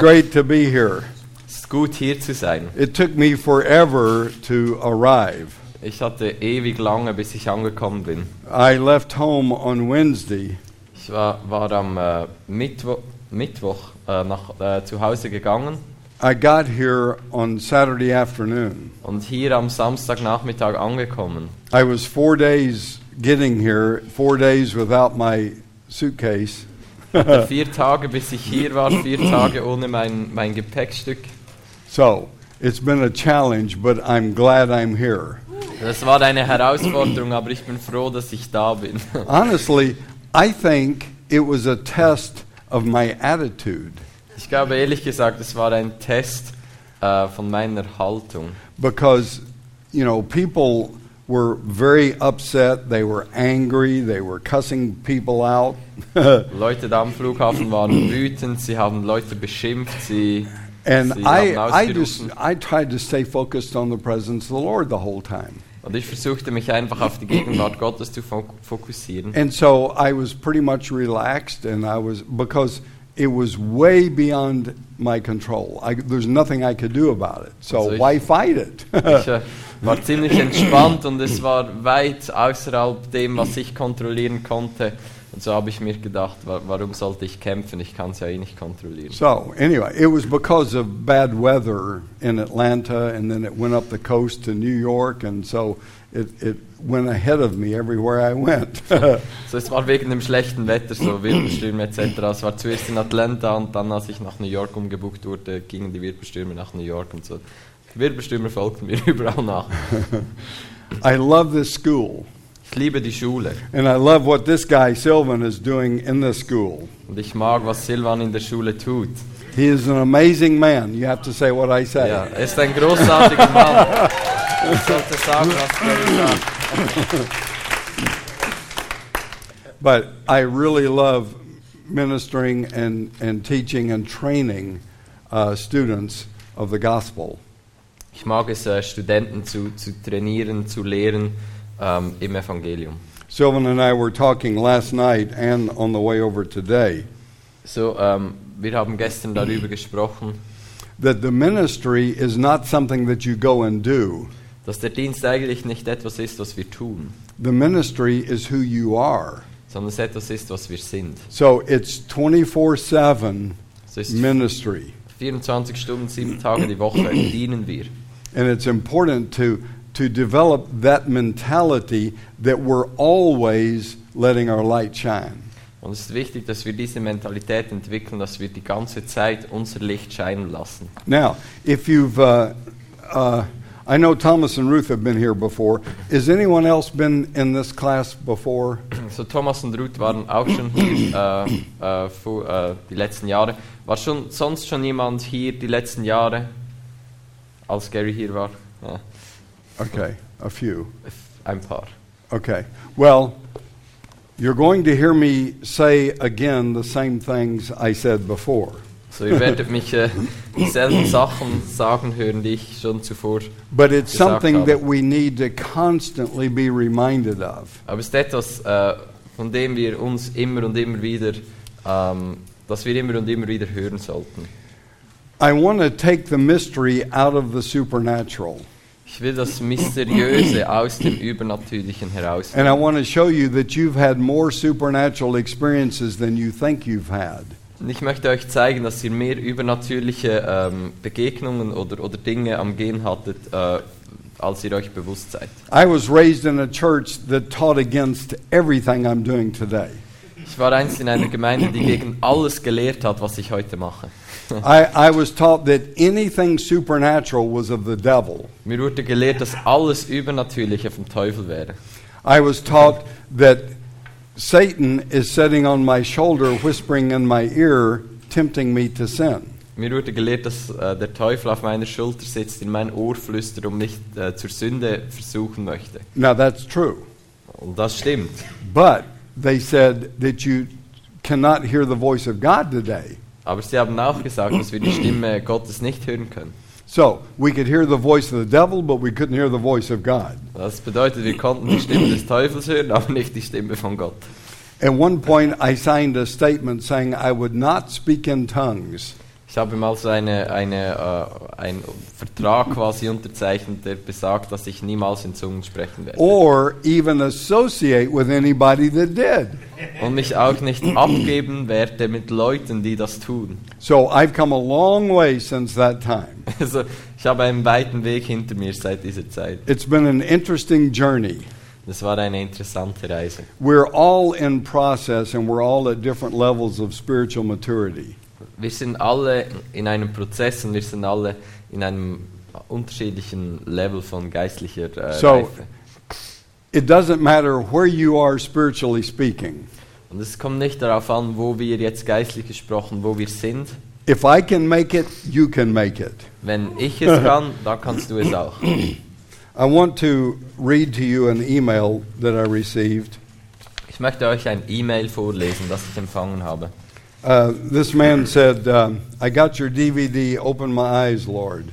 great to be here. Es ist gut hier zu sein. It took me forever to arrive. Ich hatte ewig lange, bis ich angekommen bin. I left home on Wednesday Ich war, war am äh, Mittwo Mittwoch äh, nach, äh, zu Hause gegangen I got here on Saturday afternoon. und hier am Samstagnachmittag angekommen. I was four days getting here, four days without my suitcase. Vier Tage, bis ich hier war, vier Tage ohne mein, mein Gepäckstück. so it's been a challenge, but I'm glad I'm here. Das war eine Herausforderung, aber ich bin froh, dass ich da bin. Honestly, I think it was a test of my attitude Ich glaube ehrlich gesagt, es war ein Test äh, von meiner Haltung. because, you know, people were very upset. They were angry. They were cussing people out. Leute da am Flughafen waren wütend, sie haben Leute beschimpft, sie, and sie I, haben I just, ausgerufen. I tried to stay focused on the presence of the Lord the whole time. Und ich versuchte mich einfach auf die Gegenwart Gottes zu fo fokussieren. And so I was pretty much relaxed, and I was because it was way beyond my control. I, there's nothing I could do about it. So Also ich- why fight it? Ich äh, war ziemlich entspannt und es war weit außerhalb dem, was ich kontrollieren konnte. Und so habe ich mir gedacht, wa warum sollte ich kämpfen? Ich kann es ja eh nicht kontrollieren. so anyway, it was because of bad weather in Atlanta, and then it went up the coast to New York, and so it, it went ahead of me everywhere I went. So, es war wegen dem schlechten Wetter, so Wirbelstürme etc. Es war zuerst in Atlanta und dann, als ich nach New York umgebucht wurde, gingen die Wirbelstürme nach New York und so. Die Wirbelstürme folgten mir überall nach. I love this school, Ich liebe die Schule and I love what this guy Sylvan is doing in this school. und ich mag, was Silvan in der Schule tut. He is an amazing man. You have to say what I say. Ja, er ist ein großartiger Mann. Ich sollte sagen, was Gary sagt. But I really love ministering and, and teaching and training uh, students of the gospel. Ich mag es, äh, Studenten zu, zu trainieren, zu lehren ähm, im Evangelium. Sylvan and I were talking last night and on the way over today So, ähm, wir haben gestern darüber gesprochen, that the ministry is not something that you go and do. dass der Dienst eigentlich nicht etwas ist, was wir tun, The ministry is who you are. sondern es etwas ist, was wir sind. So it's 24 7 Es ist ministry. 24 Stunden, sieben Tage die Woche dienen wir. And it's important to, to develop that mentality that we're always letting our light shine. Und es ist wichtig, dass wir diese Mentalität entwickeln, dass wir die ganze Zeit unser Licht scheinen lassen. Now, if you've, uh, uh, I know Thomas and Ruth have been here before. Has anyone else been in this class before? So Thomas und Ruth waren auch schon hier äh, äh, fu- äh, die letzten Jahre. War schon sonst schon jemand hier die letzten Jahre, als Gary hier war? Ja, Okay, a few. ein paar. Okay. Well, you're going to hear me say again the same things I said before. So ihr werdet mich äh, dieselben Sachen sagen hören, die ich schon zuvor. But it's Gesagt something haben. that we need to constantly be reminded of. Aber es ist etwas, äh, von dem wir uns immer und immer wieder, ähm, das wir immer und immer wieder hören sollten. I want to take the mystery out of the supernatural. Ich will das Mysteriöse aus dem Übernatürlichen heraus. And I want to show you that you've had more supernatural experiences than you think you've had. Und ich möchte euch zeigen, dass ihr mehr übernatürliche ähm, Begegnungen oder, oder Dinge am Gehen hattet, äh, als ihr euch bewusst seid. I was raised in a church that taught against everything I'm doing today. Ich war einst in einer Gemeinde, die gegen alles gelehrt hat, was ich heute mache. I, I was taught that anything supernatural was of the devil. Mir wurde gelehrt, dass alles Übernatürliche vom Teufel wäre. I was taught that Satan is sitting on my shoulder, whispering in my ear, tempting me to sin. Mir wurde gelehrt, dass äh, der Teufel auf meiner Schulter sitzt, in mein Ohr flüstert und mich äh, zur Sünde versuchen möchte. Now, that's true. Und das stimmt. But they said that you cannot hear the voice of God today. Aber sie haben auch gesagt, dass wir die Stimme Gottes nicht hören können. So, we could hear the voice of the devil, but we couldn't hear the voice of God. Das bedeutet, wir konnten die Stimme des Teufels hören, aber nicht die Stimme von Gott. At one point, I signed a statement saying I would not speak in tongues. Ich habe mal so eine, eine, äh, einen Vertrag quasi unterzeichnet, der besagt, dass ich niemals in Zungen sprechen werde. or even associate with anybody that did. Und mich auch nicht abgeben werde mit Leuten, die das tun. So I've come a long way since that time. Also ich habe einen weiten Weg hinter mir seit dieser Zeit. It's been an interesting journey. Das war eine interessante Reise. We're all in process and we're all at different levels of spiritual maturity. Wir sind alle in einem Prozess und wir sind alle in einem unterschiedlichen Level von geistlicher äh, So- Reife. It doesn't matter where you are spiritually speaking. Und es kommt nicht darauf an, wo wir jetzt geistlich gesprochen, wo wir sind. If I can make it, you can make it. Wenn ich es kann, dann kannst du es auch. I want to read to you an email that I received. Ich möchte euch ein E-Mail vorlesen, das ich empfangen habe. Uh, this man said, um, I got your DVD, open my eyes, Lord.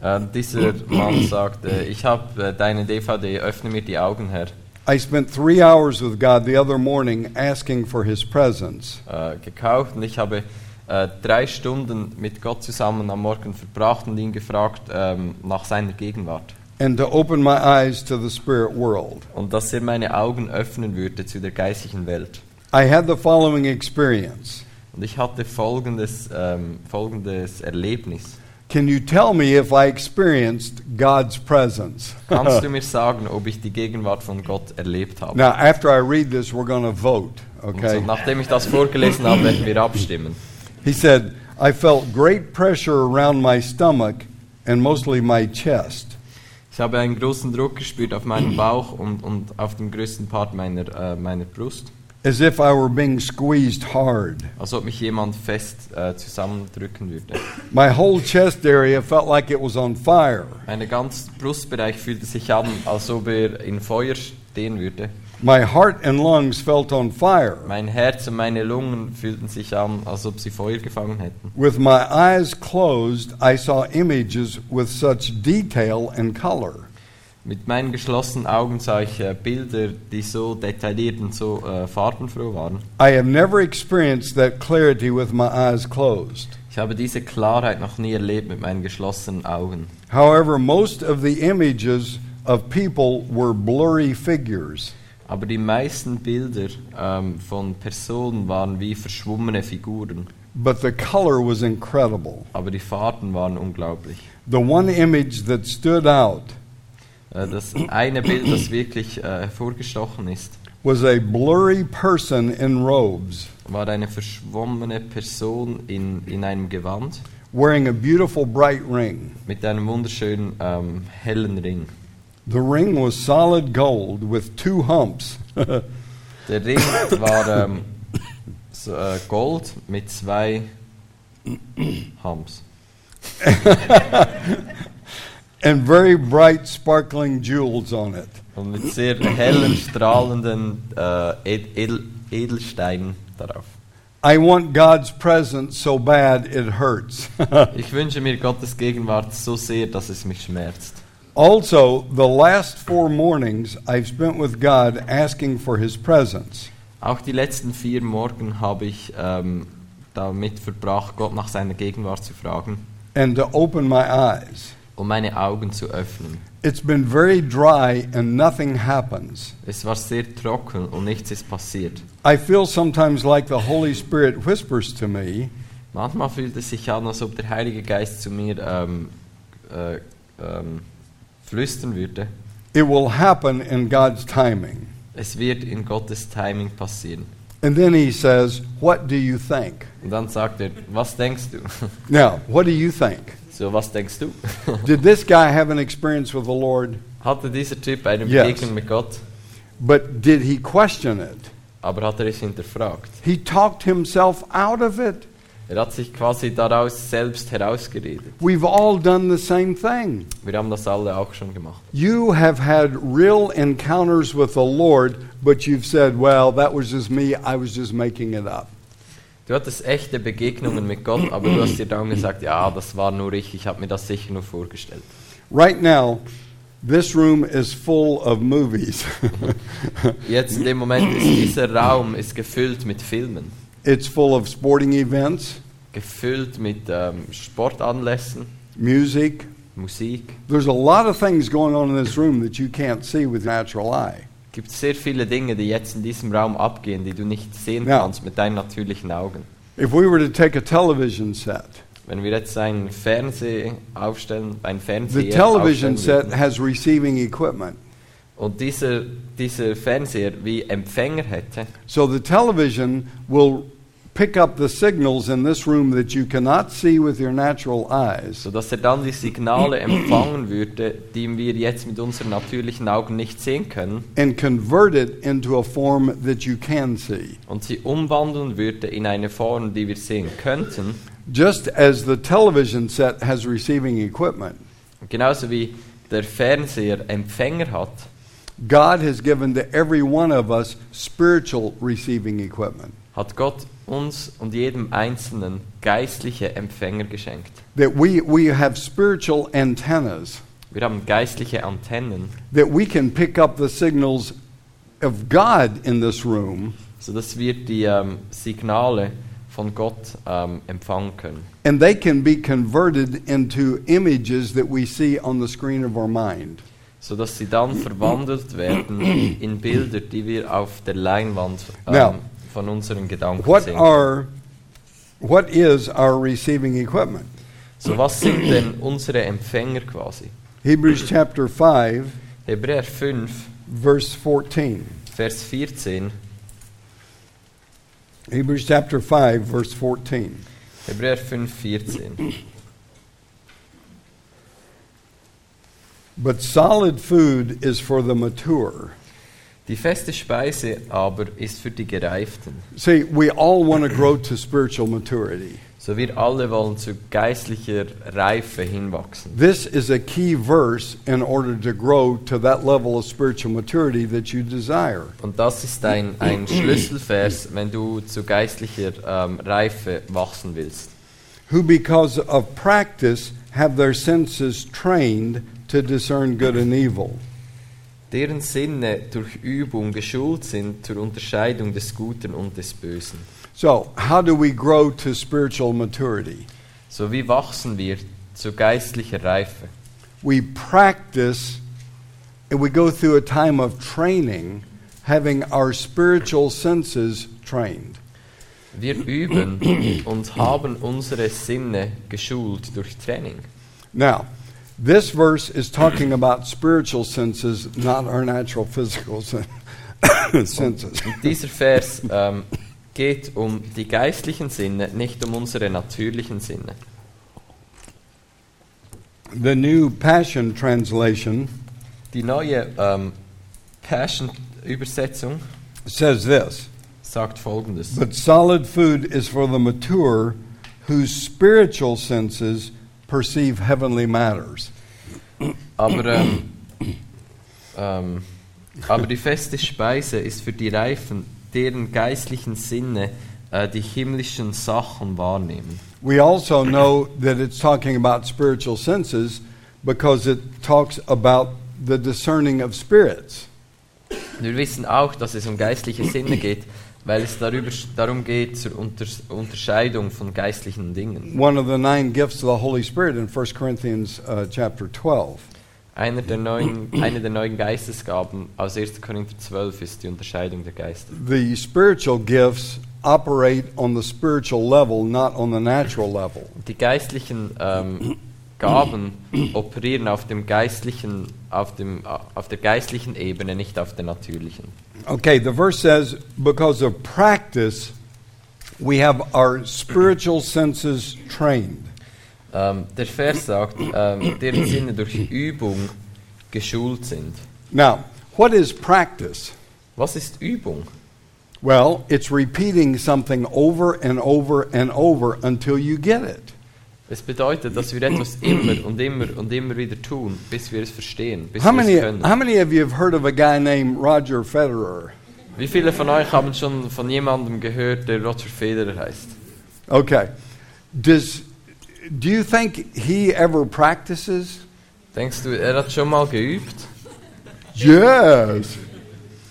Äh, dieser Mann sagt, äh, ich habe äh, deine DVD, öffne mir die Augen, Herr. I spent three hours with God the other morning asking for his presence. äh, gekauft und ich habe äh, drei Stunden mit Gott zusammen am Morgen verbracht und ihn gefragt ähm, nach seiner Gegenwart. and to open my eyes to the spirit world. Und dass er meine Augen öffnen würde zu der geistlichen Welt. I had the following experience. Und ich hatte folgendes, ähm, folgendes Erlebnis. Can you tell me if I experienced God's presence? Kannst du mir sagen, ob ich die Gegenwart von Gott erlebt habe? now, after I read this, we're going to vote, Und so, okay? nachdem ich das vorgelesen habe, werden wir abstimmen. He said, I felt great pressure around my stomach and mostly my chest. Ich habe einen großen Druck gespürt auf meinem Bauch und, und auf dem größten Part meiner, äh, meiner Brust. As if I were being squeezed hard. Als ob mich jemand fest äh, zusammendrücken würde. My whole chest area felt like it was on fire. Mein ganzer Brustbereich fühlte sich an, als ob er in Feuer stehen würde. My heart and lungs felt on fire. Mein Herz und meine Lungen fühlten sich an, als ob sie Feuer gefangen hätten. With my eyes closed, I saw images with such detail and color. Mit meinen geschlossenen Augen sah ich äh, Bilder, die so detailliert und so äh, farbenfroh waren. I have never experienced that clarity with my eyes closed. Ich habe diese Klarheit noch nie erlebt mit meinen geschlossenen Augen. However, most of the images of people were blurry figures. Aber die meisten Bilder ähm, von Personen waren wie verschwommene Figuren. But the color was incredible. Aber die Farben waren unglaublich. The one image that stood out Äh, das eine Bild, das wirklich äh, hervorgestochen ist, was a blurry person in robes war eine verschwommene Person in, in einem Gewand wearing a beautiful bright ring. mit einem wunderschönen ähm, hellen Ring. The ring was solid gold with two humps. Der Ring war ähm, so, äh, Gold mit zwei Hams and very bright sparkling jewels on it. und mit sehr hellen, strahlenden äh, Ed Edel Edelsteinen darauf. I want God's presence so bad it hurts. Ich wünsche mir Gottes Gegenwart so sehr, dass es mich schmerzt. also, the last four mornings I've spent with God asking for His presence. Auch die letzten vier Morgen habe ich ähm, damit verbracht, Gott nach seiner Gegenwart zu fragen, And to open my eyes. um meine Augen zu öffnen. It's been very dry and nothing happens. Es war sehr trocken und nichts ist passiert. I feel sometimes like the Holy Spirit whispers to me, Manchmal fühlt es sich an, als ob der Heilige Geist zu mir ähm, äh, ähm, flüstern würde. it will happen in God's timing. Es wird in Gottes Timing passieren. And then He says, What do you think? Und dann sagt er, was denkst du? Now, what do you think? So, was denkst du? Did this guy have an experience with the Lord? Hatte dieser Typ eine Yes. Begegnung mit Gott, But did he question it? aber hat er es hinterfragt? He talked himself out of it. Er hat sich quasi daraus selbst herausgeredet. We've all done the same thing. Wir haben das alle auch schon gemacht. You have had real encounters with the Lord, but you've said, well, that was just me. I was just making it up. Du hattest echte Begegnungen mit Gott, aber du hast dir dann gesagt, ja, das war nur ich, ich habe mir das sicher nur vorgestellt. Right now, this room is full of movies. Jetzt in dem Moment ist dieser Raum ist gefüllt mit Filmen. it's full of sporting events, gefüllt mit ähm, Sportanlässen, music. Musik. There's a lot of things going on in this room that you can't see with your natural eye. Es gibt sehr viele Dinge, die jetzt in diesem Raum abgehen, die du nicht sehen Ja. kannst mit deinen natürlichen Augen. If we were to take a television set, Wenn wir jetzt einen Fernseher aufstellen, ein Fernseher the television aufstellen set würden, has receiving equipment. und dieser, dieser Fernseher wie Empfänger hätte, So the television will pick up the signals in this room that you cannot see with your natural eyes. sodass er dann die Signale empfangen würde, die wir jetzt mit unseren natürlichen Augen nicht sehen können, and convert it into a form that you can see. und sie umwandeln würde in eine Form, die wir sehen könnten, Just as the television set has receiving equipment, Und genauso wie der Fernseher Empfänger hat, God has given to every one of us spiritual receiving equipment hat Gott uns und jedem Einzelnen geistliche Empfänger geschenkt. that we, we have spiritual antennas Wir haben geistliche Antennen, that we can pick up the signals of God in this room sodass wir die ähm, Signale von Gott ähm, empfangen können. and they can be converted into images that we see on the screen of our mind. Sodass sie dann verwandelt werden in Bilder, die wir auf der Leinwand ähm, Now, von unseren Gedanken What sehen. are what is our receiving equipment? So was sind denn unsere Empfänger quasi? Hebrews chapter 5 Hebräer 5, verse 14. Vers 14. Hebrews chapter 5, verse 14. Hebräer 5, 14. But solid food is for the mature. Die feste Speise aber ist für die Gereiften. See, we all want to grow to spiritual maturity. So wir alle wollen zu geistlicher Reife hinwachsen. This is a key verse in order to grow to that level of spiritual maturity that you desire. Und das ist ein, ein Schlüsselvers, wenn du zu geistlicher ähm, Reife wachsen willst. Who, because of practice, have their senses trained to discern good and evil. Deren Sinne durch Übung geschult sind zur Unterscheidung des Guten und des Bösen. So, how do we grow to spiritual maturity? So wie wachsen wir zu geistlicher Reife? we practice and we go through a time of training, having our spiritual senses trained. Wir üben und haben unsere Sinne geschult durch Training. Now, this verse is talking about spiritual senses, not our natural physical sen- senses. Dieser Vers ähm, geht um die geistlichen Sinne, nicht um unsere natürlichen Sinne. The New Passion Translation Die neue ähm, Passion-Übersetzung says this sagt folgendes: But solid food is for the mature whose spiritual senses perceive heavenly matters. Aber, ähm, ähm, aber die feste Speise ist für die Reifen, deren geistlichen Sinne äh, die himmlischen Sachen wahrnehmen. We also know that it's talking about spiritual senses because it talks about the discerning of spirits. Wir wissen auch, dass es um geistliche Sinne geht, weil es darüber, darum geht zur Unters- Unterscheidung von geistlichen Dingen. One of the nine gifts of the Holy Spirit in 1 Corinthians uh, chapter 12. Einer der neuen, eine der neuen Geistesgaben aus 1. Korinther 12 ist die Unterscheidung der Geister. The spiritual gifts operate on the spiritual level, not on the natural level. Die geistlichen ähm, Gaben operieren auf dem geistlichen, auf dem, auf der geistlichen Ebene, nicht auf der natürlichen. Okay, the verse says, because of practice, we have our spiritual senses trained. Ähm, der Vers sagt, ähm, deren Sinne durch Übung geschult sind. Now, what is practice? Was ist Übung? Well, it's repeating something over and over and over until you get it. Es bedeutet, dass wir etwas immer und immer und immer wieder tun, bis wir es verstehen, bis How wir many, es können. how many of you have heard of a guy named Roger Federer? Wie viele von euch haben schon von jemandem gehört, der Roger Federer heißt? Okay. Does, do you think he ever practices? Denkst du, er hat schon mal geübt? Yes.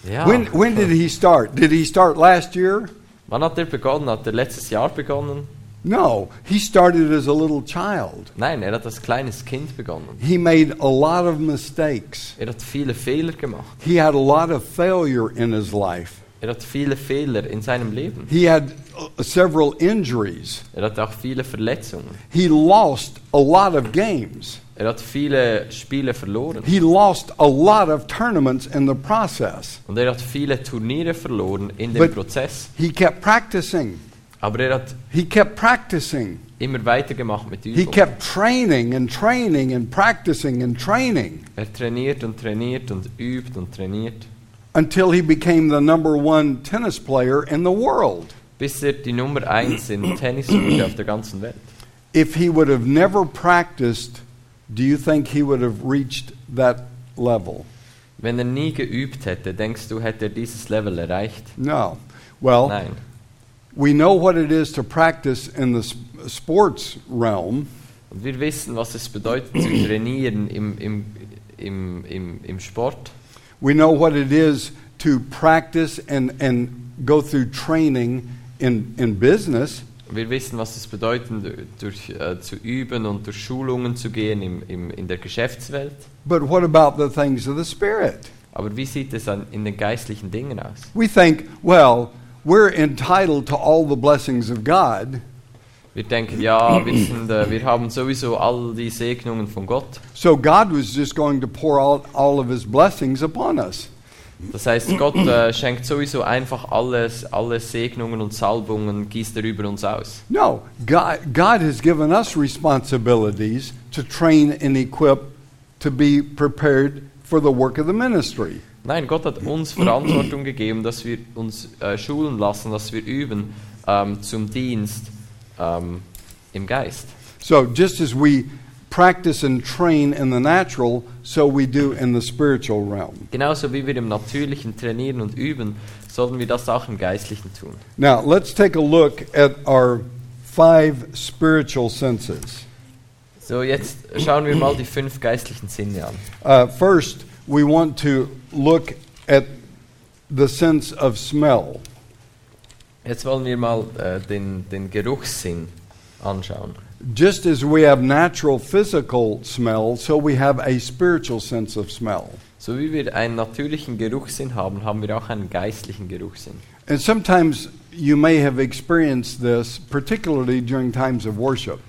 Ja. When, when did he start? Did he start last year? Wann hat er begonnen? Hat er letztes Jahr begonnen? No, he started as a little child. Nein, er hat als kleines Kind begonnen. He made a lot of mistakes. Er hat viele Fehler gemacht. He had a lot of failure in his life. Er hat viele Fehler in seinem Leben. He had uh, several injuries. Er hat auch viele Verletzungen. He lost a lot of games. Er hat viele Spiele verloren. He lost a lot of tournaments in the process. Und er hat viele Turniere verloren in dem But- Prozess. He kept practicing. Aber er hat He kept practicing. immer weitergemacht mit He Übung. kept training and training and practicing and training Er trainiert und trainiert und übt und trainiert, until he became the number one tennis player in the world. bis er die Nummer 1 im Tennis wurde auf der ganzen Welt. If he would have never practiced, do you think he would have reached that level? Wenn er nie geübt hätte, denkst du, hätte er dieses Level erreicht? No. Well, Nein. we know what it is to practice in the s- sports realm. Und wir wissen, was es bedeutet zu trainieren im, im, im, im, im Sport. We know what it is to practice and, and go through training in, in business. Wir wissen, was es bedeutet, durch, äh, zu üben und durch Schulungen zu gehen im, im, in der Geschäftswelt. But what about the things of the Spirit? Aber wie sieht es an, in den geistlichen Dingen aus? We think, well, we're entitled to all the blessings of God, Wir denken, ja, wir, sind, äh, wir haben sowieso all die Segnungen von Gott. so God was just going to pour out all of His blessings upon us. Das heißt, Gott äh, schenkt sowieso einfach alles, alle Segnungen und Salbungen, gießt er über uns aus. No, God, God has given us responsibilities to train and equip to be prepared for the work of the ministry. Nein, Gott hat uns Verantwortung gegeben, dass wir uns äh, schulen lassen, dass wir üben ähm, zum Dienst ähm, im Geist. So just as we practice and train in the natural, so we do in the spiritual realm. Genauso wie wir im Natürlichen trainieren und üben, sollten wir das auch im Geistlichen tun. Now, let's take a look at our five spiritual senses. So, jetzt schauen wir mal die fünf geistlichen Sinne an. Uh, first, we want to look at the sense of smell. Jetzt wollen wir mal äh, den, den Geruchssinn anschauen. Just as we have natural physical smell, so we have a spiritual sense of smell. So wie wir einen natürlichen Geruchssinn haben, haben wir auch einen geistlichen Geruchssinn. And sometimes you may have experienced this, particularly during times of worship.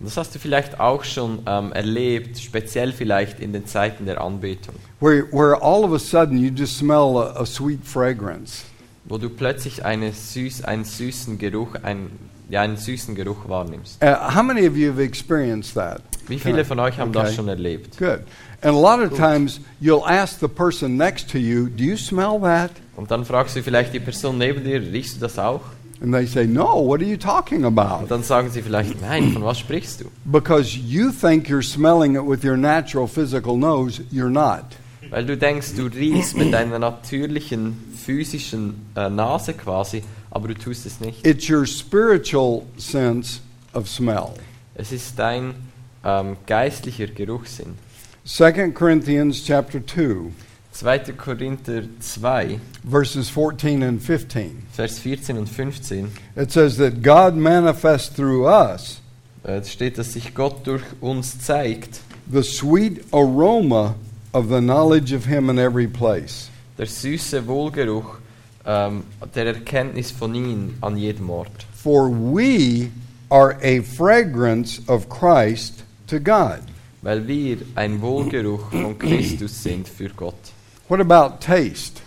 Und das hast du vielleicht auch schon ähm, erlebt, speziell vielleicht in den Zeiten der Anbetung, where, where all of a sudden you just smell a, a sweet fragrance. wo du plötzlich eine süß, einen süßen Geruch, ein, ja, einen süßen Geruch wahrnimmst. Uh, how many of you have experienced that? Wie viele von euch haben das Okay. schon erlebt? Good. And a lot of times you'll ask the person next to you, Do you smell that? Und dann fragst du vielleicht die Person neben dir, riechst du das auch? And they say, No, what are you talking Und about? dann sagen sie vielleicht, nein, von was sprichst du? Because you think you're smelling it with your natural physical nose, you're not. Weil du denkst, du riechst mit deiner natürlichen, physischen äh, Nase quasi, aber du tust es nicht. It's your spiritual sense of smell. Es ist dein ähm, geistlicher Geruchssinn. 2 Corinthians chapter 2, 2. Korinther 2, verses 14 and 15. Vers 14 und 15. It says that God manifests through us Äh, Es steht, dass sich Gott durch uns zeigt, the sweet aroma of the knowledge of him in every place. der süße Wohlgeruch ähm, der Erkenntnis von ihm an jedem Ort. For we are a fragrance of Christ to God. Weil wir ein Wohlgeruch von Christus sind für Gott. What about taste?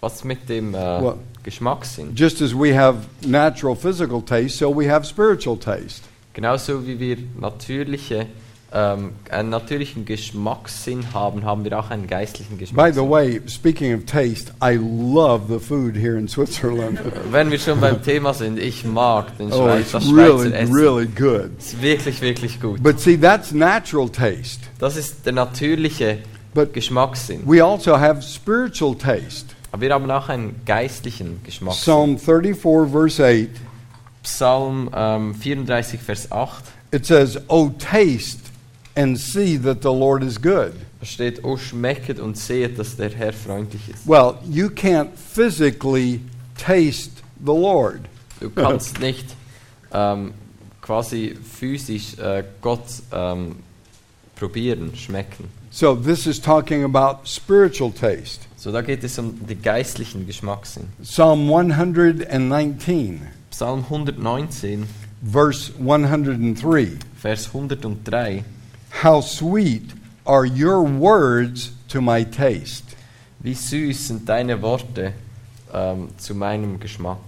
Was mit dem äh, Well- Geschmackssinn? Just as we have natural physical taste, so we have spiritual taste. Genauso wie wir natürliche, ähm, einen natürlichen Geschmackssinn haben, haben wir auch einen geistlichen By the Geschmackssinn. way, speaking of taste, I love the food here in Switzerland. Wenn wir schon beim Thema sind, ich mag den oh, Schweiz, it's das really, Schweizer Essen. really good. Ist wirklich, wirklich gut. But see, that's natural taste. Das ist der natürliche But- Geschmackssinn. We also have spiritual taste. Aber wir haben auch einen geistlichen Geschmackssinn. Psalm 34, verse 8. Psalm ähm, 34, Vers 8. It says, "O taste and see that the Lord is good." Da steht, oh schmecket und sehet, dass der Herr freundlich ist. Well, you can't physically taste the Lord. Du kannst nicht ähm, quasi physisch äh, Gott ähm, probieren, schmecken. So this is talking about spiritual taste. So, da geht es um den geistlichen Geschmackssinn. Psalm 119, Psalm 119, verse 103. Vers 103. How sweet are your words to my taste. Wie süß sind deine Worte ähm, zu meinem Geschmack.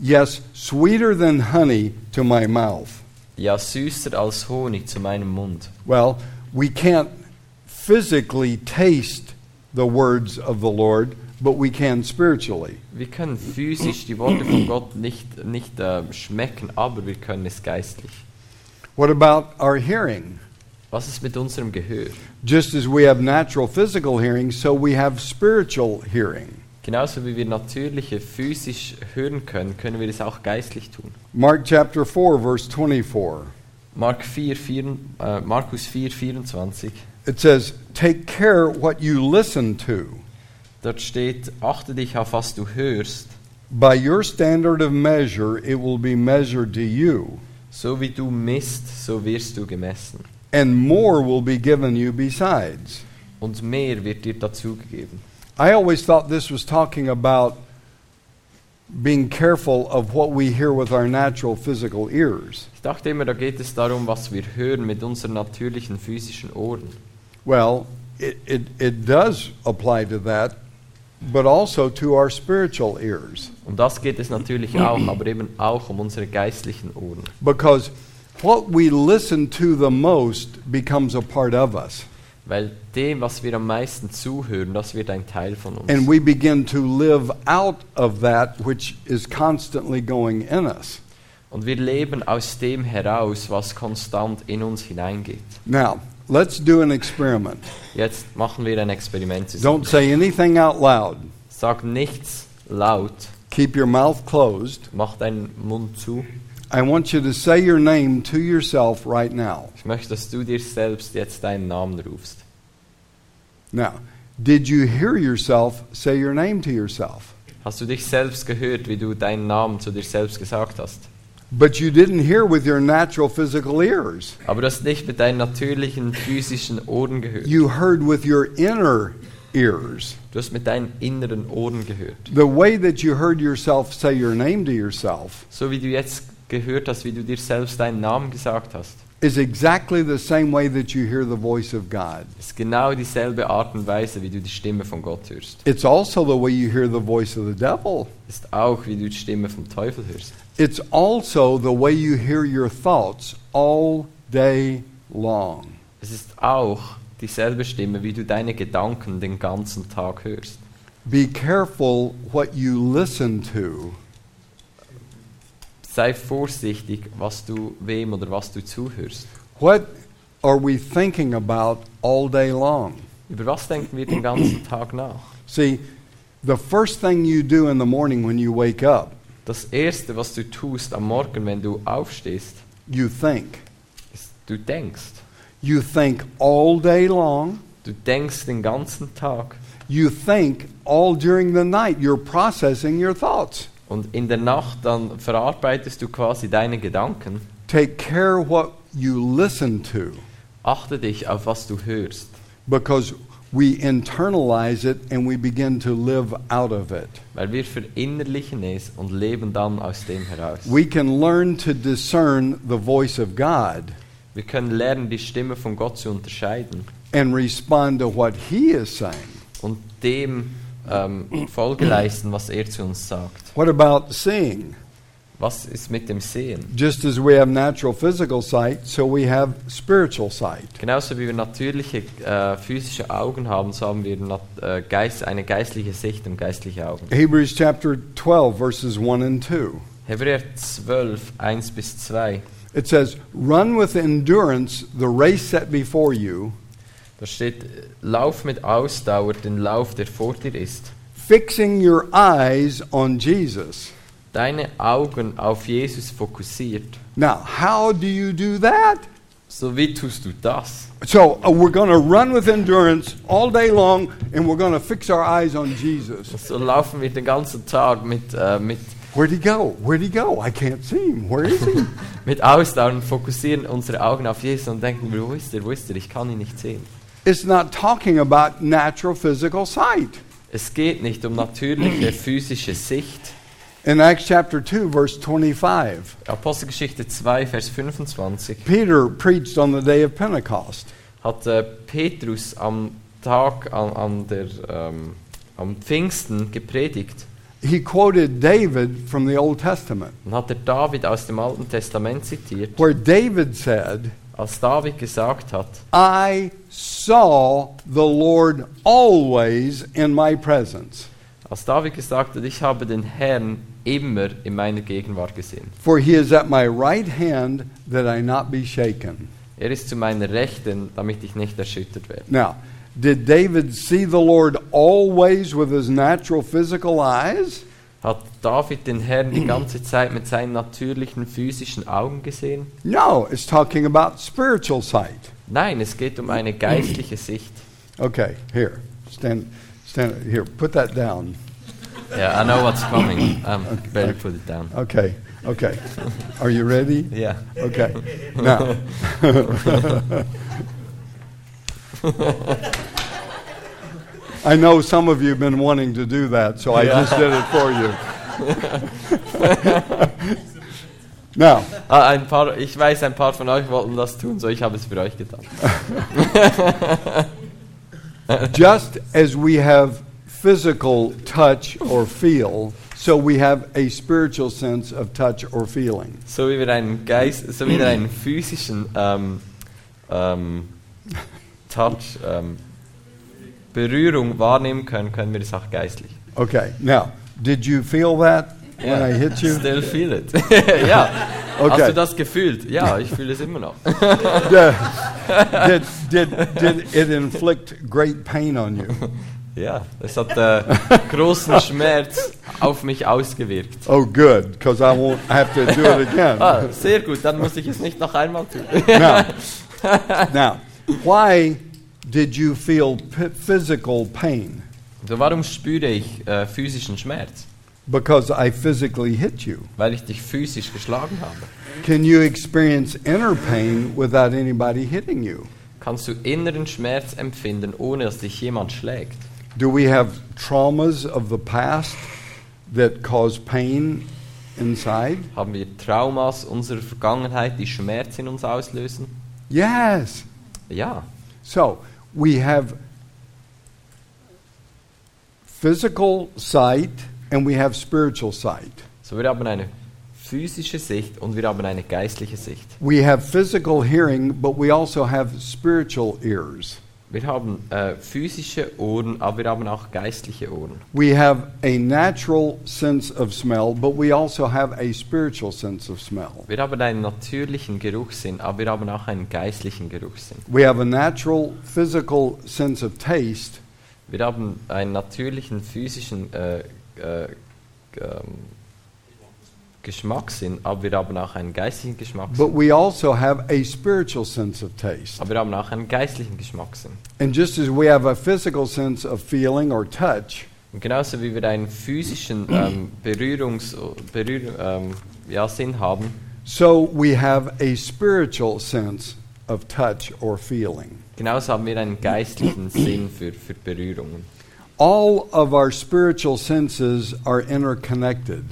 Yes, sweeter than honey to my mouth. Ja, süßer als Honig zu meinem Mund. Well, we can't physically taste the words of the Lord, but we can spiritually. Wir können physisch die Worte von Gott nicht, nicht ähm, schmecken, aber wir können es geistlich. What about our hearing? Was ist mit unserem Gehör? Just as we have natural physical hearing, so we have spiritual hearing. Genauso wie wir natürliche physisch hören können, können wir das auch geistlich tun. Mark chapter 4, verse 24. Mark 4, 4, äh, Markus 4, 24. It says, Take care what you listen to. Dort steht, achte dich auf, was du hörst. By your standard of measure, it will be measured to you, So wie du misst, so wirst du gemessen. and more will be given you besides. Und mehr wird dir dazugegeben. I always thought this was talking about being careful of what we hear with our natural physical ears. Ich dachte immer, da geht es darum, was wir hören mit unseren natürlichen physischen Ohren. Well, it, it, it does apply to that, but also to our spiritual ears. Um das geht es natürlich auch, aber eben auch um unsere geistlichen Ohren. Because what we listen to the most becomes a part of us. Weil dem, was wir am meisten zuhören, das wird ein Teil von uns. And we begin to live out of that which is constantly going in us. Und wir leben aus dem heraus, was konstant in uns hineingeht. Now, let's do an experiment. Jetzt machen wir ein Experiment zusammen. Don't say anything out loud. Sag nichts laut, Keep your mouth closed. mach deinen Mund zu. I want you to say your name to yourself right now. Ich möchte, dass du dir selbst jetzt deinen Namen rufst. Now, did you hear yourself say your name to yourself? Hast du dich selbst gehört, wie du deinen Namen zu dir selbst gesagt hast? But you didn't hear with your natural physical ears. Aber du hast nicht mit deinen natürlichen physischen Ohren gehört. You heard with your inner ears. Du hast mit deinen inneren Ohren gehört. The way that you heard yourself say your name to yourself So wie du jetzt gehört hast, wie du dir selbst deinen Namen gesagt hast. is exactly the same way that you hear the voice of God. ist genau dieselbe Art und Weise, wie du die Stimme von Gott hörst. It's also the way you hear the voice of the devil. Ist auch, wie du die Stimme vom Teufel hörst. It's also the way you hear your thoughts all day long. Es ist auch dieselbe Stimme, wie du deine Gedanken den ganzen Tag hörst. Be careful what you listen to, Sei vorsichtig, was du wem oder was du zuhörst. What are we thinking about all day long? Über was denken wir den ganzen Tag nach? See, the first thing you do in the morning when you wake up, Das Erste, was du tust am Morgen, wenn du aufstehst, you think. ist, du denkst. You think all day long. Du denkst den ganzen Tag. You think all during the night. You're processing your thoughts. Und in der Nacht dann verarbeitest du quasi deine Gedanken. Take care what you listen to Achte dich auf, was du hörst. because we internalize it and we begin to live out of it. Weil wir verinnerlichen es und leben dann aus dem heraus. We can learn to discern the voice of God Wir können lernen, die Stimme von Gott zu unterscheiden and respond to what He is saying. und dem ähm, Folge leisten, was er zu uns sagt. What about seeing? Was ist mit dem Sehen? Just as we have natural physical sight, so we have spiritual sight. Genauso wie wir natürliche äh, physische Augen haben, so haben wir nat- äh, Geist, eine geistliche Sicht und geistliche Augen. Hebrews chapter 12, verses 1 and 2. Hebräer 12, 1 bis 2. It says, Run with endurance the race set before you, Da steht, äh, lauf mit Ausdauer den Lauf, der vor dir ist. fixing your eyes on Jesus. Deine Augen auf Jesus fokussiert. Now, how do you do that? So wie tust du das? So, uh, we're going to run with endurance all day long, and we're going to fix our eyes on Jesus. So laufen wir den ganzen Tag mit, äh, mit Where'd he go? Where'd he go? I can't see him. Where is he? Mit Ausdauer fokussieren unsere Augen auf Jesus und denken, wo ist er, wo ist er, ich kann ihn nicht sehen. it's not talking about natural physical sight. Es geht nicht um natürliche physische Sicht. In Acts chapter 2, verse 25, Apostelgeschichte 2, Vers 25 Peter preached on the day of Pentecost. hat äh, Petrus am Tag an, an der, ähm, am Pfingsten gepredigt He quoted David from the Old Testament, und hat er David aus dem Alten Testament zitiert, where David said, als David gesagt hat, I saw the Lord always in my presence, als David gesagt hat, ich habe den Herrn immer in meiner Gegenwart gesehen. for he is at my right hand that I not be shaken. Er ist zu meiner Rechten, damit ich nicht erschüttert werde. Now, did David see the Lord always with his natural physical eyes? Hat David den Herrn die ganze Zeit mit seinen natürlichen physischen Augen gesehen? No, it's talking about spiritual sight. Nein, es geht um eine geistliche Sicht. Okay, here, stand, stand here. Put that down. Yeah, I know what's coming. Um, better put it down. Okay, okay. Are you ready? Yeah. Okay. Now, I know some of you have been wanting to do that, so I just did it for you. now, Ah, ein paar, ich weiß, ein paar von euch wollten das tun, so ich habe es für euch getan. just as we have physical touch or feel, so we have a spiritual sense of touch or feeling. So wie wir einen Geist, so wie wir einen physischen ähm, ähm, Touch, ähm, Berührung wahrnehmen können, können wir das auch geistlich. Okay, now, did you feel that when I hit you? Still feel it. ja. Hast Okay. du das gefühlt? Ja, ich fühle es immer noch. did, did, did it inflict great pain on you? Ja, es hat äh, großen Schmerz auf mich ausgewirkt. Oh, good, because I won't have to do it again. Ah, sehr gut, dann muss ich es nicht noch einmal tun. Now, now why did you feel p- physical pain? So, warum spüre ich äh, physischen Schmerz? Because I physically hit you. Weil ich dich physisch geschlagen habe. Can you experience inner pain without anybody hitting you? Kannst du inneren Schmerz empfinden, ohne dass dich jemand schlägt? Do we have traumas of the past that cause pain inside? Haben wir Traumas unserer Vergangenheit, die Schmerz in uns auslösen? Yes. Ja. So we have physical sight and we have spiritual sight. So, wir haben eine physische Sicht und wir haben eine geistliche Sicht. We have physical hearing, but we also have spiritual ears. Wir haben äh, physische Ohren, aber wir haben auch geistliche Ohren. We have a natural sense of smell, but we also have a spiritual sense of smell. Wir haben einen natürlichen Geruchssinn, aber wir haben auch einen geistlichen Geruchssinn. We have a natural physical sense of taste, Wir haben einen natürlichen physischen äh, äh, g- ähm, Geschmackssinn, aber wir haben auch einen geistigen but Geschmackssinn. we also have a spiritual sense of taste. Aber wir haben auch einen geistlichen Geschmackssinn. And just as we have a physical sense of feeling or touch, Und genauso wie wir einen physischen ähm, Berührungs Berühr ähm, ja, Sinn haben, So we have a spiritual sense of touch or feeling. genauso haben wir einen geistlichen Sinn für, für Berührungen. All of our spiritual senses are interconnected.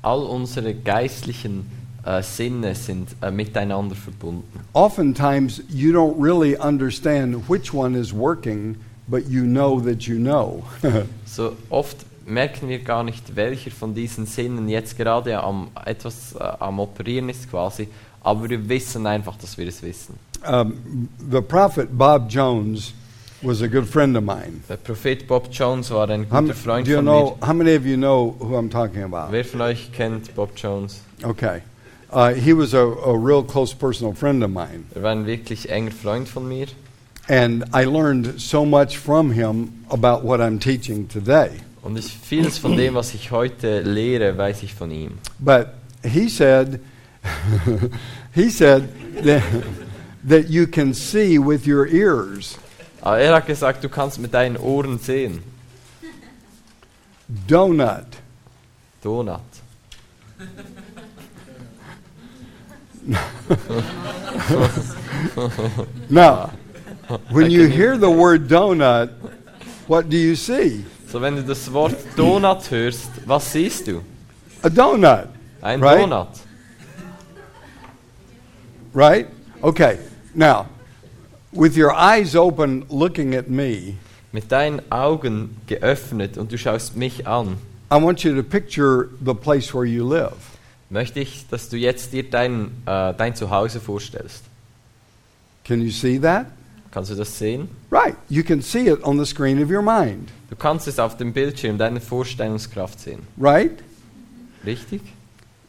All unsere geistlichen äh, Sinne sind äh, miteinander verbunden. Oftentimes, you don't really understand which one is working, but you know that you know. So oft merken wir gar nicht, welcher von diesen Sinnen jetzt gerade am etwas äh, am operieren ist quasi, aber wir wissen einfach, dass wir es wissen. um, the prophet Bob Jones was a good friend of mine. Der Prophet Bob Jones war ein guter How, m- Freund do you von know, how many of you know who I'm talking mir. about? Wer von euch kennt Bob Jones? Okay. Uh, he was a, a real close personal friend of mine. Er war ein wirklich enger Freund von mir And I learned so much from him about what I'm teaching today. und ich, vieles von dem, was ich heute lehre, weiß ich von ihm. But he said, he said that, that you can see with your ears. Aber Ah, er hat gesagt, du kannst mit deinen Ohren sehen. Donut, Donut, now, when you hear the word donut, what do you see? So, wenn du das Wort Donut hörst, was siehst du? A donut, Ein Right. Donut. right? Okay. Now, with your eyes open looking at me, Mit deinen Augen geöffnet und du schaust mich an, I want you to picture the place where you live. möchte ich, dass du jetzt dir dein, äh, dein Zuhause vorstellst. Can you see that? Kannst du das sehen? Right. You can see it on the screen of your mind, Du kannst es auf dem Bildschirm deiner Vorstellungskraft sehen. right? Richtig?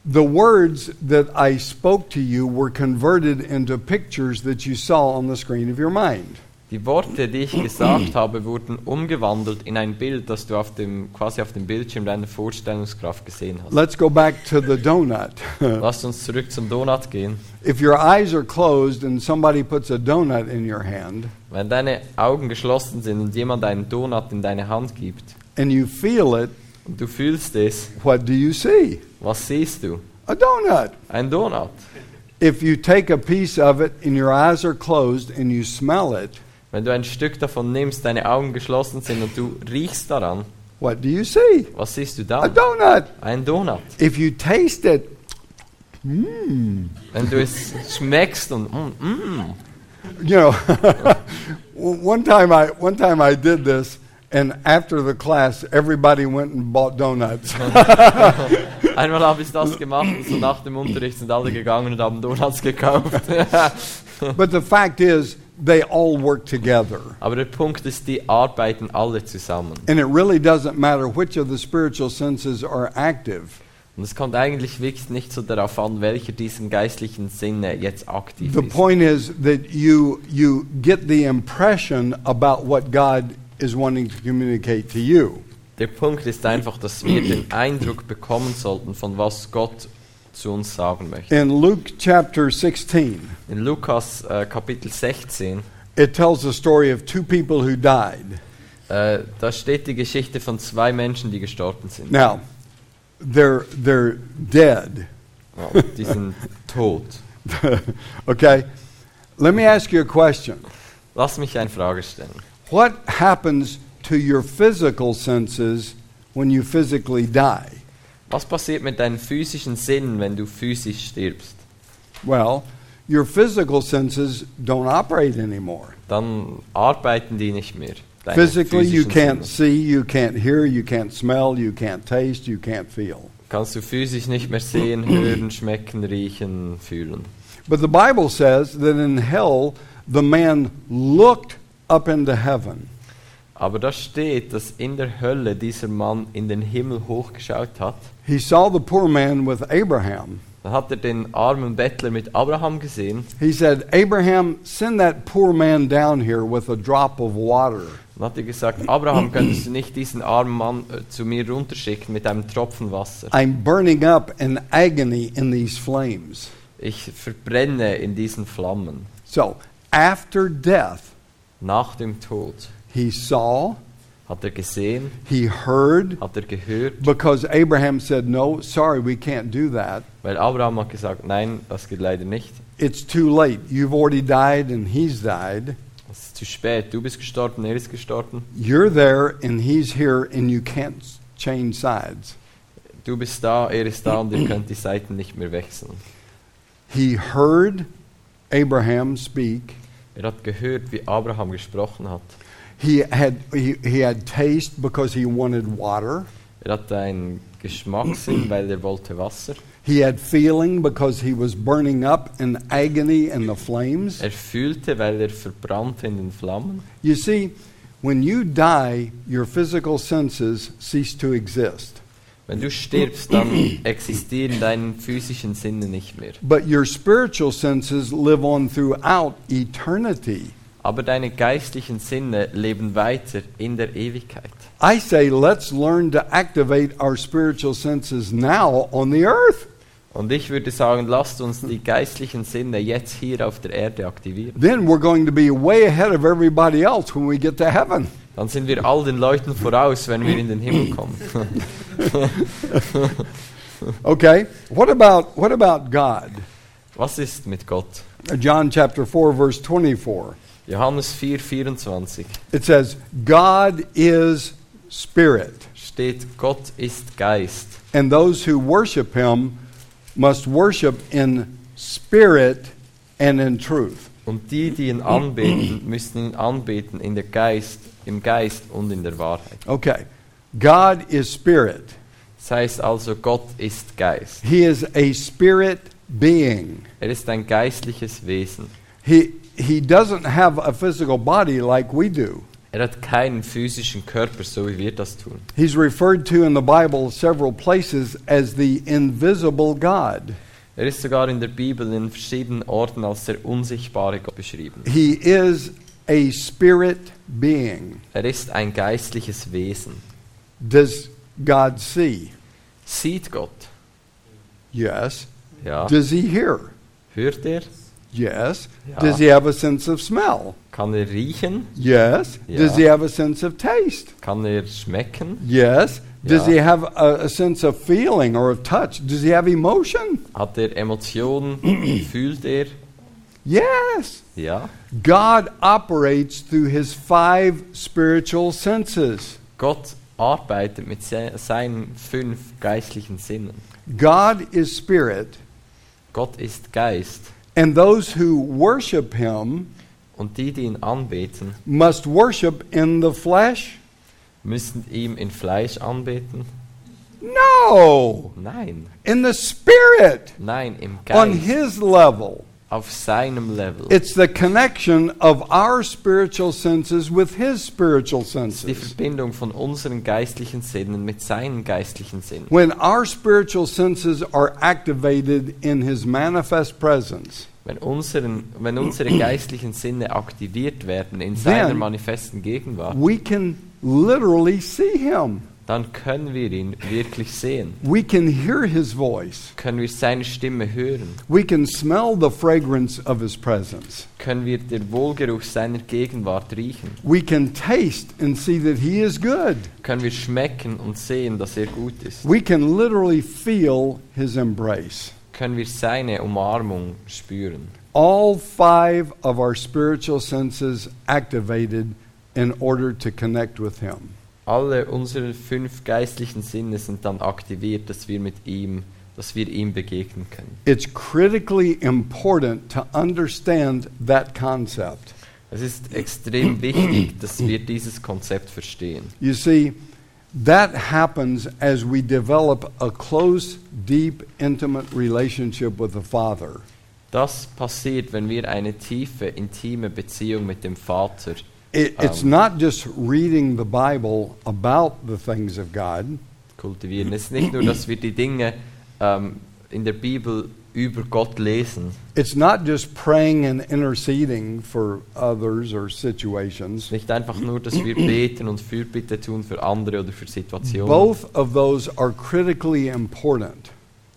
The words that I spoke to you were converted into pictures that you saw on the screen of your mind. Die Worte, die ich gesagt habe, wurden umgewandelt in ein Bild, das du auf dem, quasi auf dem Bildschirm deiner Vorstellungskraft gesehen hast. Let's go back to the donut. Lasst uns zurück zum Donut gehen. if your eyes are closed and somebody puts a donut in your hand Wenn deine Augen geschlossen sind und jemand einen Donut in deine Hand gibt and you feel it, und du fühlst es, what do you see? was siehst du? A donut. Ein Donut. If you take a piece of it and your eyes are closed and you smell it, Wenn du ein Stück davon nimmst, deine Augen geschlossen sind und du riechst daran, what do you see? was siehst du A dann? donut. Ein Donut. If you taste it, Wenn du es schmeckst und mm, mm, you know, one time I one time I did this, and after the class, everybody went and bought donuts. Einmal habe ich das gemacht und so nach dem Unterricht sind alle gegangen und haben Donuts gekauft. but the fact is, they all work together, Aber der Punkt ist, die arbeiten alle zusammen. and it really doesn't matter which of the spiritual senses are active. Und es kommt eigentlich wirklich nicht so darauf an, welcher diesen geistlichen Sinne jetzt aktiv The ist. point is that you you get the impression about what God is wanting to communicate to you. Der Punkt ist einfach, dass wir den Eindruck bekommen sollten, von was Gott zu uns sagen möchte. In Luke chapter 16, In Lukas äh, Kapitel 16, it tells the story of two people who died. äh, da steht die Geschichte von zwei Menschen, die gestorben sind. Now, they're they're dead. Ja, die sind tot. okay? Let me ask you a question. Lass mich eine Frage stellen. What happens to your physical senses when you physically die? Was passiert mit deinen physischen Sinnen, wenn du physisch stirbst? Well, your physical senses don't operate anymore. Dann arbeiten die nicht mehr. deine Physically, you physischen can't Sinne. see, you can't hear, you can't smell, you can't taste, you can't feel. Kannst du physisch nicht mehr sehen, hören, schmecken, riechen, fühlen. But the Bible says that in hell, the man looked up into heaven. Aber da steht, dass in der Hölle dieser Mann in den Himmel hochgeschaut hat. He saw the poor man with Abraham. Dann hat er den armen Bettler mit Abraham gesehen He said, Abraham, send that poor man down here with a drop of water. und hat ihm gesagt, Abraham, könntest du nicht diesen armen Mann äh, zu mir runterschicken mit einem Tropfen Wasser? I'm burning up in agony in these flames. Ich verbrenne in diesen Flammen. So, after death, Nach dem Tod he saw, hat er gesehen, he heard, hat er gehört, because Abraham said, No, sorry, we can't do that. Weil Abraham hat gesagt, nein, das geht leider nicht. It's too late. You've already died and he's died. Es ist zu spät. Du bist gestorben, er ist gestorben. You're there and he's here and you can't s- change sides. Du bist da, er ist da und ihr könnt die Seiten nicht mehr wechseln. He heard Abraham speak. Er hat gehört, wie Abraham gesprochen hat. He had, he, he had taste because he wanted water. Er hatte einen Geschmackssinn, weil er wollte Wasser. He had feeling because he was burning up in agony in the flames. Er fühlte, weil er verbrannte in den Flammen. You see, when you die, your physical senses cease to exist, Wenn du stirbst, dann existieren deine physischen Sinne nicht mehr. but your spiritual senses live on throughout eternity. Aber deine geistlichen Sinne leben weiter in der Ewigkeit. I say, let's learn to activate our spiritual senses now on the earth. Und ich würde sagen, lasst uns die geistlichen Sinne jetzt hier auf der Erde aktivieren. Then we're going to be way ahead of everybody else when we get to heaven. Dann sind wir all den Leuten voraus, wenn wir in den Himmel kommen. Okay. What about what about God? Was ist mit Gott? John chapter 4 verse 24. Johannes 4, 24 It says, "God is spirit, steht, Gott ist Geist. and those who worship him must worship in spirit and in truth." Und die, die ihn anbeten, müssen ihn anbeten in der Geist, im Geist und in der Wahrheit. Okay. God is spirit. Das heißt also, Gott ist Geist. He is a spirit being. Er ist ein geistliches Wesen. He he doesn't have a physical body like we do. Er hat keinen physischen Körper, so wie wir das tun. He's referred to in the Bible several places as the invisible God. Er ist sogar in der Bibel in verschiedenen Orten als der unsichtbare Gott beschrieben. He is a spirit being. Er ist ein geistliches Wesen. Does God see? Sieht Gott? Yes. Ja. Does he hear? Hört er? Yes. Yeah. Does he have a sense of smell? Kann er riechen? Yes. Does Yeah. he have a sense of taste? Kann er schmecken? Yes. Does Yeah. he have a, a sense of feeling or of touch? Does he have emotion? Hat er Emotionen? Fühlt er? Yes. Ja. God operates through his five spiritual senses. Gott arbeitet mit se seinen fünf geistlichen Sinnen. God is spirit, Gott ist Geist. and those who worship him Und die, die ihn anbeten, must worship in the flesh? müssen ihm in Fleisch anbeten? No, Nein. in the spirit, Nein, im on Geist. his level. Auf seinem Level. It's the connection of our spiritual senses with his spiritual ist die senses. Verbindung von unseren geistlichen Sinnen mit seinen geistlichen Sinnen. When our spiritual senses are activated in his manifest presence, Wenn, unseren, wenn unsere geistlichen Sinne aktiviert werden in seiner Then- manifesten Gegenwart, we can literally see him. dann können wir ihn wirklich sehen, We can hear his voice. können wir seine Stimme hören, We can smell the fragrance of his presence. können wir den Wohlgeruch seiner Gegenwart riechen, We can taste and see that he is good. können wir schmecken und sehen, dass er gut ist, We can literally feel his embrace. können wir seine Umarmung spüren. All five of our spiritual senses activated in order to connect with him. Alle unsere fünf geistlichen Sinne sind dann aktiviert, dass wir mit ihm, dass wir ihm begegnen können. It's critically important to understand that concept. Es ist extrem wichtig, dass wir dieses Konzept verstehen. You see, that happens as we develop a close, deep, intimate relationship with the Father. Das passiert, wenn wir eine tiefe, intime Beziehung mit dem Vater. It, it's ähm, not just reading the Bible about the things of God, kultivieren. Es ist nicht nur, dass wir die Dinge ähm, in der Bibel über Gott lesen. it's not just praying and interceding for others or situations. Es ist nicht einfach nur, dass wir beten und Fürbitte tun für andere oder für Situationen. Both of those are critically important.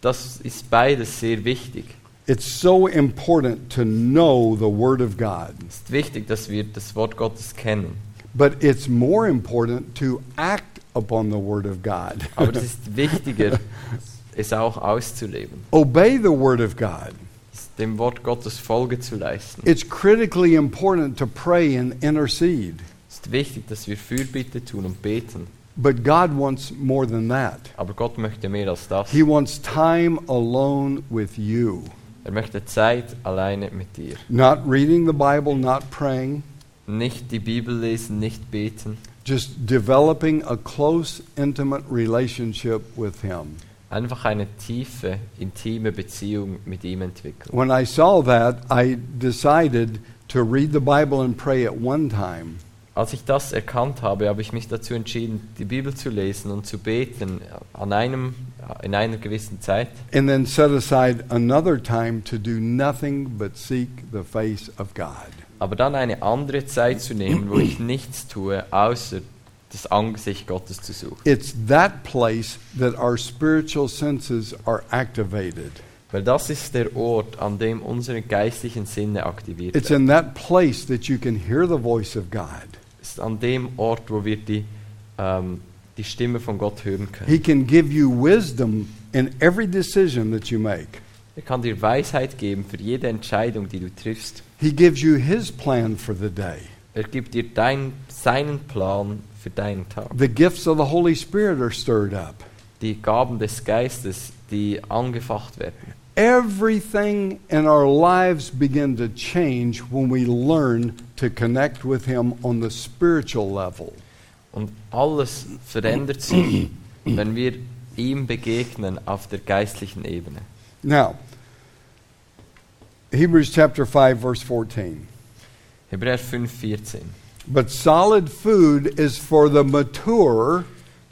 Das ist beides sehr wichtig. It's so important to know the Word of God, Es ist wichtig, dass wir das Wort Gottes kennen. but it's more important to act upon the Word of God. Aber es ist wichtiger, es auch auszuleben, Obey the Word of God. es dem Wort Gottes Folge zu leisten. It's critically important to pray and intercede, Es ist wichtig, dass wir Fürbitte tun und beten. but God wants more than that. Aber Gott möchte mehr als das. He wants time alone with you. Er möchte Zeit alleine mit dir. Not reading the Bible, not praying, Nicht die Bibel lesen, nicht beten. just developing a close, intimate relationship with Him. Einfach eine tiefe, intime Beziehung mit ihm entwickeln. When I saw that, I decided to read the Bible and pray at one time. Als ich das erkannt habe, habe ich mich dazu entschieden, die Bibel zu lesen und zu beten an einem, in einer gewissen Zeit And then set aside another time to do nothing but seek the face of God. aber dann eine andere Zeit zu nehmen, wo ich nichts tue, außer das Angesicht Gottes zu suchen. It's that place that our spiritual senses are activated. Weil das ist der Ort, an dem unsere geistlichen Sinne aktiviert It's werden. in that place that you can hear the vois of God. Es ist an dem Ort, wo wir die, ähm, die Stimme von Gott hören können. He can give you wisdom in every decision that you make. Er kann dir Weisheit geben für jede Entscheidung, die du triffst. He gives you his plan for the day. Er gibt dir dein, seinen Plan für deinen Tag. The gifts of the Holy Spirit are stirred up. Die Gaben des Geistes, die angefacht werden. Everything in our lives begin to change when we learn to connect with him on the spiritual level. Und alles verändert sich, wenn wir ihm begegnen auf der geistlichen Ebene. Now, Hebrews chapter 5 verse 14. Hebräer 5,14. But solid food is for the mature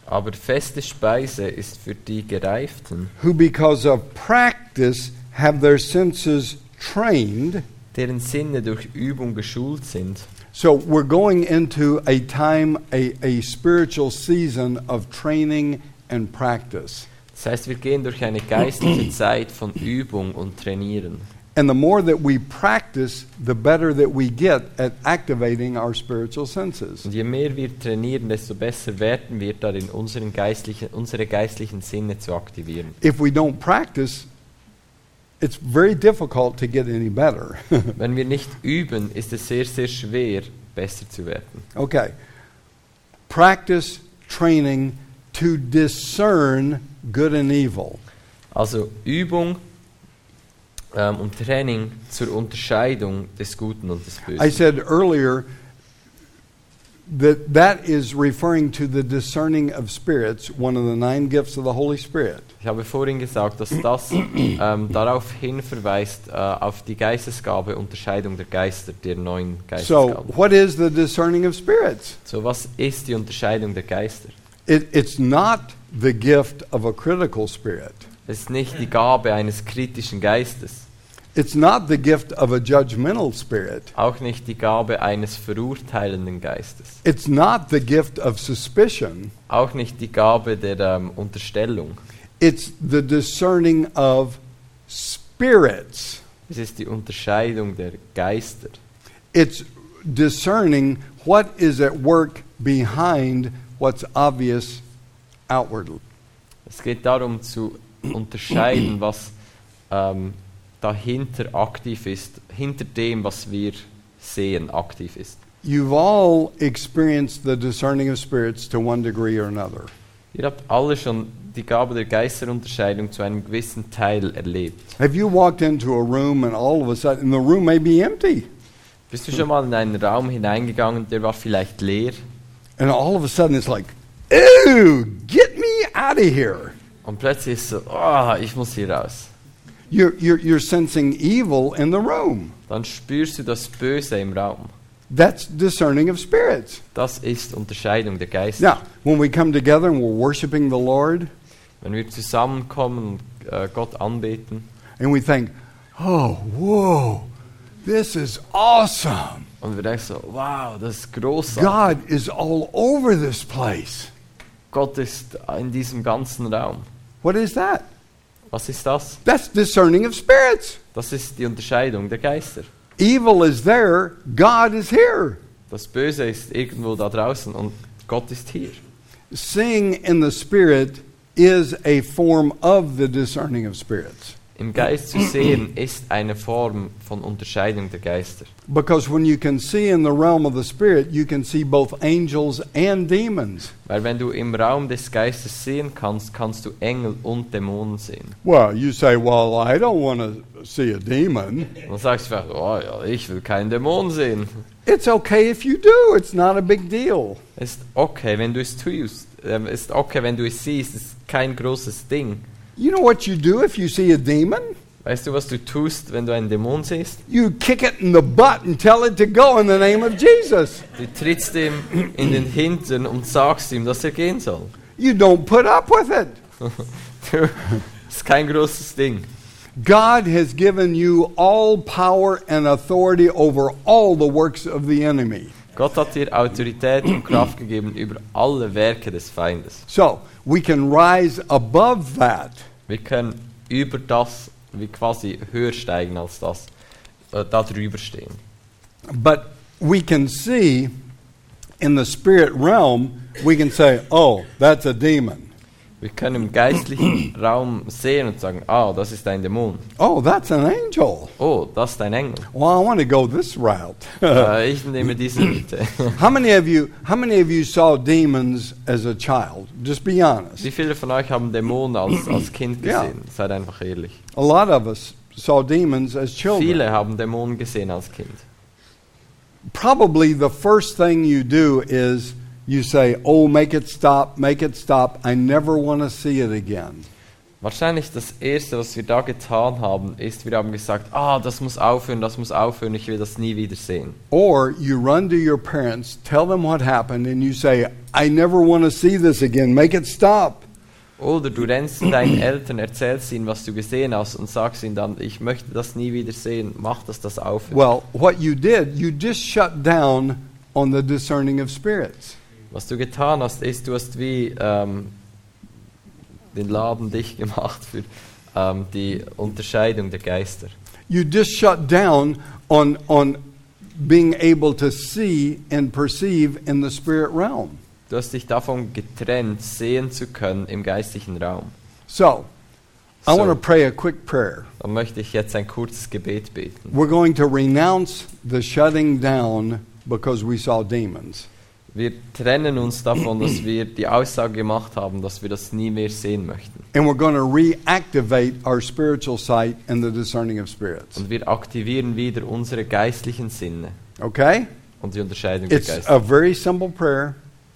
Aber feste Speise ist für die Gereiften, who because of practice have their senses trained. deren Sinne durch Übung geschult sind. So we're going into a time, a, a spiritual season of training and practice. Das heißt, wir gehen durch eine geistliche Zeit von Übung und Trainieren. And the more that we practice, the better that we get at activating our spiritual senses. Und je mehr wir trainieren, desto besser werden wir darin, unseren geistlichen, unsere geistlichen Sinne zu aktivieren. If we don't practice, it's very difficult to get any better. Wenn wir nicht üben, ist es sehr, sehr schwer, besser zu werden. okay. Practice training to discern good and evil. Also Übung ähm, und Training zur Unterscheidung des Guten und des Bösen. I said earlier that that is referring to the discerning of spirits, one of the nine gifts of the Holy Spirit. Ich habe vorhin gesagt, dass das ähm, darauf hin verweist äh, auf die Geistesgabe Unterscheidung der Geister, der neuen So, Geistesgabe. what is the discerning of spirits? So was ist die Unterscheidung der Geister? It, it's not the gift of a critical spirit. Es ist nicht die Gabe eines kritischen Geistes, It's not the gift of a judgmental spirit. auch nicht die Gabe eines verurteilenden Geistes, It's not the gift of suspicion. auch nicht die Gabe der ähm, Unterstellung. It's the discerning of spirits. Es ist die Unterscheidung der Geister. It's discerning what is at work behind what's obvious outwardly. Es geht darum zu unterscheiden, was ähm, dahinter aktiv ist, hinter dem, was wir sehen, aktiv ist. You've all experienced the discerning of spirits to one degree or another. Ihr habt alle schon die Gabe der Geisterunterscheidung zu einem gewissen Teil erlebt. Have you walked into a room and all of a sudden the room may be empty, Bist du schon mal in einen Raum hineingegangen, der war vielleicht leer and all of a sudden it's like, "Ew, get me out of here!" und plötzlich ist so, ah, ich muss hier raus. You're, you're, you're sensing evil in the room. Dann spürst du das Böse im Raum. That's discerning of spirits. Das ist Unterscheidung der Geister. Now, when we come together and we're worshiping the Lord, Wenn wir zusammenkommen und äh, Gott anbeten, and we think, oh, whoa, this is awesome. Und wir denken so, wow, das ist großartig. God is all over this place. Gott ist in diesem ganzen Raum. What is that? Was ist das? That's discerning of spirits. Das ist die Unterscheidung der Geister. Evil is there, God is here. Das Böse ist irgendwo da draußen und Gott ist hier. Seeing in the spirit is a form of the discerning of spirits. Im Geist zu sehen ist eine Form von Unterscheidung der Geister. Because when you can see in the realm of the spirit, you can see both angels and demons. Weil wenn du im Raum des Geistes sehen kannst, kannst du Engel und Dämonen sehen. Well, you say, well, I don't want to see a demon. Und dann sagst du vielleicht, oh ja, ich will keinen Dämon sehen. It's okay if you do, it's not a big deal. Ist okay, wenn du es tust. Ähm, Ist okay, wenn du es siehst. Ist kein großes Ding. You know what you do if you see a demon? Weißt du, was du tust, wenn du einen Dämon siehst? You kick it in the butt and tell it to go in the name of Jesus. Du trittst ihm in den Hintern und sagst ihm, dass er gehen soll. You don't put up with it. Du, das ist kein großes Ding. God has given you all power and authority over all the works of the enemy. Gott hat dir Autorität und Kraft gegeben über alle Werke des Feindes. So we can rise above that. Wir können über das, wie quasi höher steigen als das, äh, da drüber stehen. But we can see in the spirit realm, we can say, oh, that's a demon. Wir können im geistlichen Raum sehen und sagen, ah, das ist ein Dämon. Oh, that's an angel. Oh, das ist ein Engel. Well, I want to go this route. Äh, ich nehme diese Mitte. how many of you how many of you saw demons as a child? Just be honest. Wie viele von euch haben Dämonen als, als Kind Ja. gesehen? Seid einfach ehrlich. A lot of us saw demons as children. Viele haben Dämonen gesehen als Kind. Probably the first thing you do is you say, "Oh, make it stop, make it stop. I never want to see it again." Wahrscheinlich das Erste, was wir da getan haben, ist, wir haben gesagt, ah, das muss aufhören, das muss aufhören, ich will das nie wieder sehen. Or you run to your parents, tell them what happened, and you say, I never want to see this again. Make it stop. Oder du rennst zu deinen Eltern, erzählst ihnen, was du gesehen hast und sagst ihnen dann, ich möchte das nie wieder sehen, mach, dass das aufhört. Well, what you did, you just shut down on the discerning of spirits. Was du getan hast, ist, du hast wie ähm, den Laden dicht gemacht für ähm, die Unterscheidung der Geister. You just shut down on, on being able to see and perceive in the spirit realm. Du hast dich davon getrennt, sehen zu können im geistlichen Raum. So, I So- want to pray a quick prayer. Dann möchte ich jetzt ein kurzes Gebet beten. We're going to renounce the shutting down because we saw demons. Wir trennen uns davon, dass wir die Aussage gemacht haben, dass wir das nie mehr sehen möchten. And we're going to reactivate our spiritual sight and the discerning of spirits. Und wir aktivieren wieder unsere geistlichen Sinne Okay? und die Unterscheidung der It's Geister. a very simple prayer,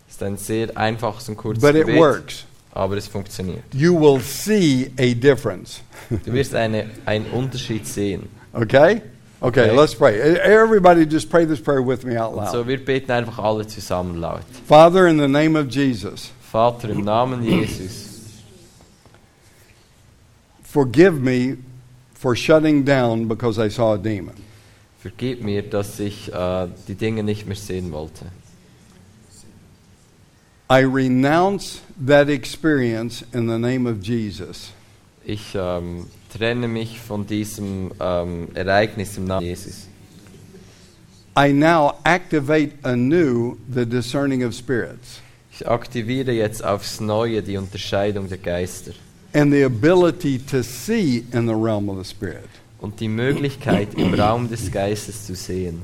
ist ein sehr einfaches und kurzes but it Gebet, works. aber es funktioniert. You will see a difference. Du wirst eine, einen Unterschied sehen. Okay? Okay, Okay. let's pray. E- Everybody just pray this prayer with me out Und loud. so, wir beten einfach alle zusammen laut. Father, in the name of Jesus, Vater, im Namen Jesus, forgive me for shutting down because I saw a demon. vergib mir, dass ich äh, die Dinge nicht mehr sehen wollte. I renounce that experience in the name of Jesus. Ich ähm, trenne mich von diesem ähm, Ereignis im Namen Jesus. I now activate anew the discerning of spirits Ich aktiviere jetzt aufs Neue die Unterscheidung der Geister and the ability to see in the realm of the spirit. und die Möglichkeit, im Raum des Geistes zu sehen.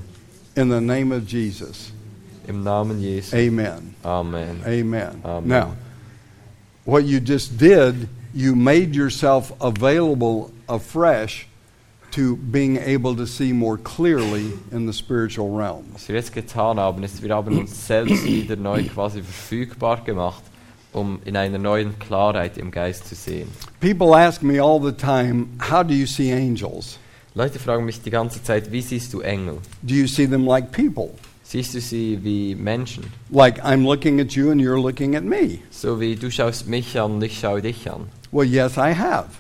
In the name of Jesus. Im Namen Jesus. Amen. Amen. Amen. Amen. Now, what you just did, you made yourself available afresh to being able to see more clearly in the spiritual realm. Was wir jetzt getan haben, ist, wir haben uns selbst wieder neu quasi verfügbar gemacht, um in einer neuen Klarheit im Geist zu sehen. People ask me all the time, how do you see angels? Leute fragen mich die ganze Zeit, wie siehst du Engel? Do you see them like people? Siehst du sie wie Menschen? Like I'm looking at you and you're looking at me? So wie du schaust mich an und ich schaue dich an. Well, yes, I have.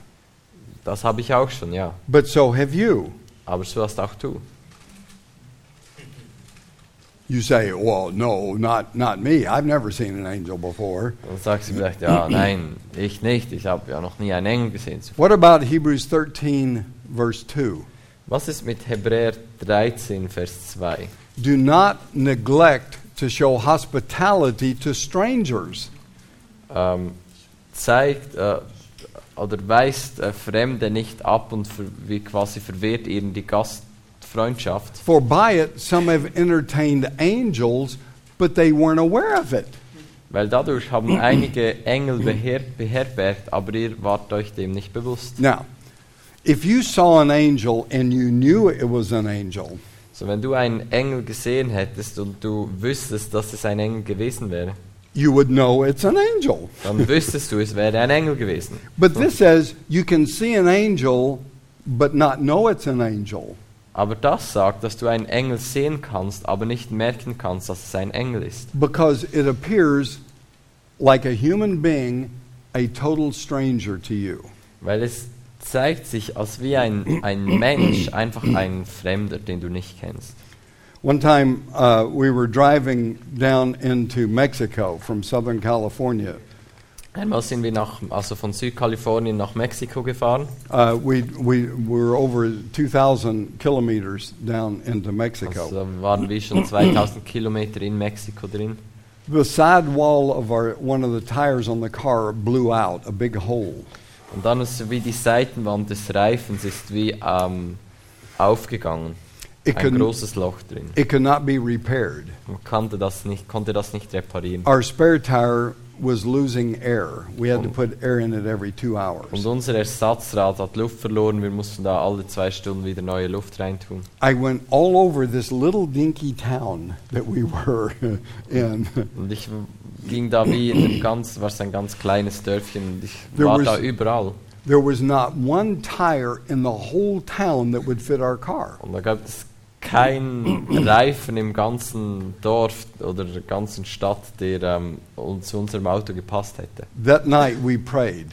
Das habe ich auch schon, ja. But so have you. Aber so hast auch du. You say, well, no, not, not me. I've never seen an angel before. Dann sagst du vielleicht, ja, nein, ich nicht. Ich habe ja noch nie einen Engel gesehen. What about Hebrews 13, verse 2? Was ist mit Hebräer 13, Vers 2? Do not neglect to show hospitality to strangers. ähm, zeigt äh, oder weist äh, Fremde nicht ab und ver wie quasi verwehrt ihnen die Gastfreundschaft. For by it some have entertained angels, but they weren't aware of it. Weil dadurch haben einige Engel beher beherbergt, aber ihr wart euch dem nicht bewusst. Now, if you saw an angel and you knew it was an angel, So, wenn du einen Engel gesehen hättest und du wüsstest, dass es ein Engel gewesen wäre, you would know it's an angel. dann wüsstest du, es wäre ein Engel gewesen. But this says you can see an angel but not know it's an angel. Aber das sagt, dass du einen Engel sehen kannst, aber nicht merken kannst, dass es ein Engel ist. because it appears like a human being, a total stranger to you. Weil es zeigt sich als wie ein, ein Mensch, einfach ein Fremder, den du nicht kennst. One time uh, we were driving down into Mexico from Southern California, Einmal sind wir nach, also von Südkalifornien nach Mexiko gefahren. Uh, we, we were over 2,000 kilometers down into Also Mexico. da waren wir schon 2000 Kilometer in Mexiko drin. The side wall of our, one of the tires on the car blew out, a big hole. Und dann ist wie die Seitenwand des Reifens ist wie ähm, aufgegangen. It Ein could, großes Loch drin. it could not be repaired. Man konnte das nicht, konnte das nicht reparieren. Our spare tire was losing air. We had to Und- put air in it every two Und hours. unser Ersatzrad hat Luft verloren. Wir mussten da alle zwei Stunden wieder neue Luft reintun. I went all over this little dinky town that we were in. Und ich w- ging da wie in einem ganz, war ein ganz kleines Dörfchen. Und ich There war was- da überall. There was not one tire in the whole town that would fit our car. Und da gab es keinen Reifen im ganzen Dorf oder der ganzen Stadt, der ähm, uns- zu unserem Auto gepasst hätte. That night we prayed.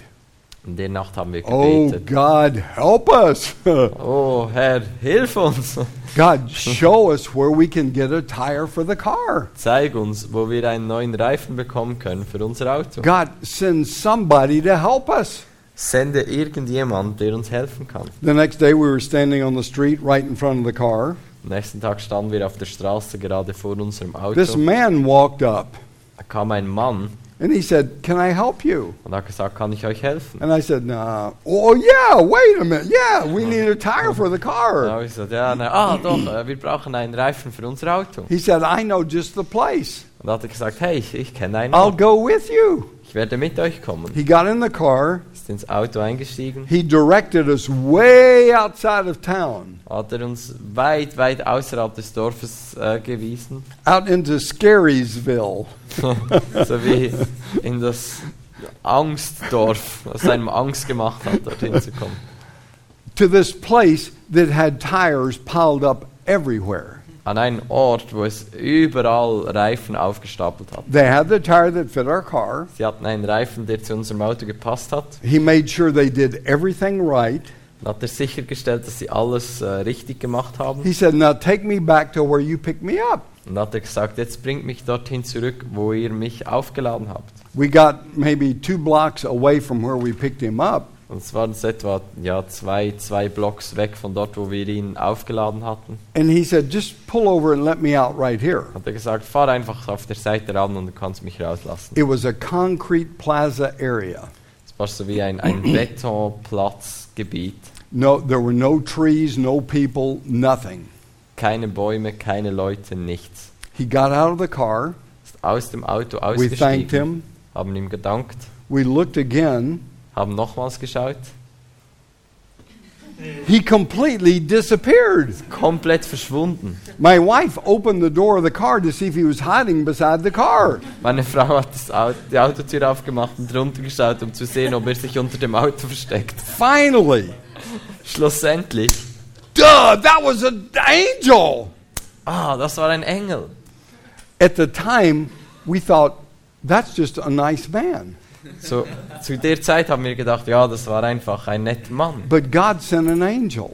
In der Nacht haben wir Oh gebetet. God, help us. Oh Herr, hilf uns! God, show us where we can get a tire for the car. Zeig uns, wo wir einen neuen Reifen bekommen können für unser Auto. God, send somebody to help us. Sende irgendjemand, der uns helfen kann. The next day we were standing on the street right in front of the car. Am nächsten Tag standen wir auf der Straße gerade vor unserem This Auto. man walked up Da kam ein Mann and he said, Can I help you? und hat gesagt, kann ich euch helfen? And I said, Nah. Oh, yeah, wait a minute. Yeah, we need a tire for the Da car. habe ich gesagt, ja, na, ah doch, äh, wir brauchen einen Reifen für unser Auto. He said, I know just the place. Und da hat er gesagt, hey, ich, ich kenne einen. I'll Ort. go with you. Ich werde mit euch kommen. He got in the car. Ist ins Auto eingestiegen, He directed us way outside of town, hat er uns weit, weit außerhalb des Dorfes äh, gewiesen. out into Scarysville. so wie in das Angstdorf, was einem Angst gemacht hat, dorthin zu kommen. to this place that had tires piled up everywhere. An einen Ort, wo es überall Reifen aufgestapelt hat. They had the tire that fit our car. Sie hatten einen Reifen, der zu unserem Auto gepasst hat. He made sure they did everything right. Dann hat er sichergestellt, dass sie alles äh, richtig gemacht haben. He said, Now take me back to where you picked me up. Und dann hat er gesagt, jetzt bringt mich dorthin zurück, wo ihr mich aufgeladen habt. We got maybe two blocks away from where we picked him up, Und es waren so etwa ja, zwei, zwei Blocks weg von dort, wo wir ihn aufgeladen hatten. and he said, Just pull over and let me out right here. Hat er gesagt, fahr einfach auf der Seite ran und du kannst mich rauslassen. It was a concrete plaza area. Es war so wie ein, ein Betonplatzgebiet. No, there were no trees, no people, nothing. Keine Bäume, keine Leute, nichts. He got out of the car. Ist aus dem Auto We thanked ausgestiegen, him. haben ihm gedankt, We looked again. haben nochmals geschaut. He completely disappeared. Komplett verschwunden. My wife opened the door of the car to see if he was hiding beside the car. Meine Frau hat das Auto, die Autotür aufgemacht und runtergeschaut, um zu sehen, ob er sich unter dem Auto versteckt. Finally, Schlussendlich, duh, that was an angel. ah, das war ein Engel. At the time, we thought, that's just a nice man. So, zu der Zeit haben wir gedacht, ja, das war einfach ein netter Mann. But God sent an angel.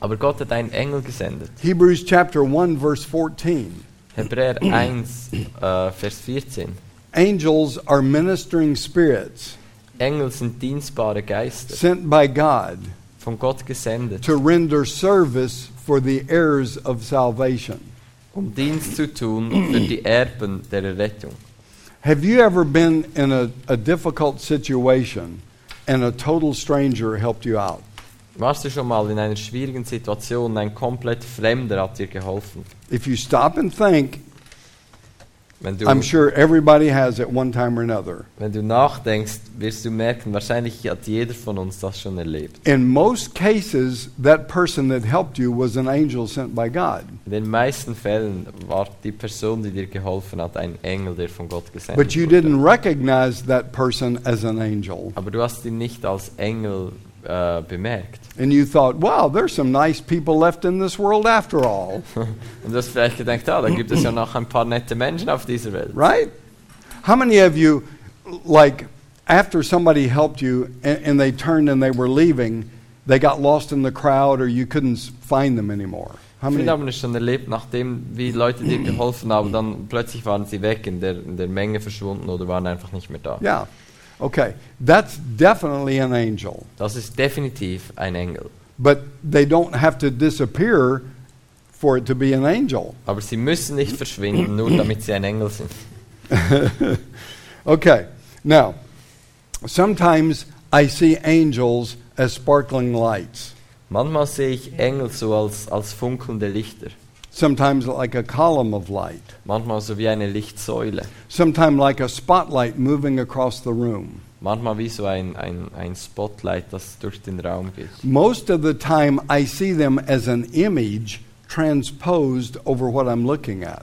Aber Gott hat einen Engel gesendet. Hebrews chapter 1, verse 14. Hebräer 1, äh, Vers 14. Angels are ministering spirits Engel sind dienstbare Geister, sent by God von Gott gesendet, to render service for the heirs of salvation. um Dienst zu tun für die Erben der Errettung. Have you ever been in a, a difficult situation and a total stranger helped you out? Warst du schon mal in einer schwierigen Situation, ein komplett Fremder hat dir geholfen? If you stop and think, Wenn du, I'm sure everybody has at one time or another. wenn du nachdenkst, wirst du merken, wahrscheinlich hat jeder von uns das schon erlebt. In most cases, that person that helped you was an angel sent by God. In den meisten Fällen war die Person, die dir geholfen hat, ein Engel, der von Gott gesendet But you wurde. didn't recognize that person as an angel. Aber du hast ihn nicht als Engel äh, bemerkt. And you thought, wow, there's some nice people left in this world after all, Und du hast vielleicht gedacht, ah, da gibt es ja noch ein paar nette Menschen auf dieser Welt. right? How many of you, like, after somebody helped you and, and they turned and they were leaving, they got lost in the crowd or you couldn't s- find them anymore? How many? Viele haben es schon erlebt, nachdem wie Leute dir geholfen haben, dann plötzlich waren sie weg, in der, in der Menge verschwunden oder waren einfach nicht mehr da. Yeah. Okay, that's definitely an angel. Das ist definitiv ein Engel. But they don't have to disappear for it to be an angel. Aber sie müssen nicht verschwinden, nur damit sie ein Engel sind. Okay, now, sometimes I see angels as sparkling lights, Manchmal sehe ich Engel so als, als funkelnde Lichter. sometimes like a column of light, Manchmal so wie eine Lichtsäule. sometimes like a spotlight moving across the room. Manchmal wie so ein, ein, ein Spotlight, das durch den Raum geht. Most of the time, I see them as an image transposed over what I'm looking at.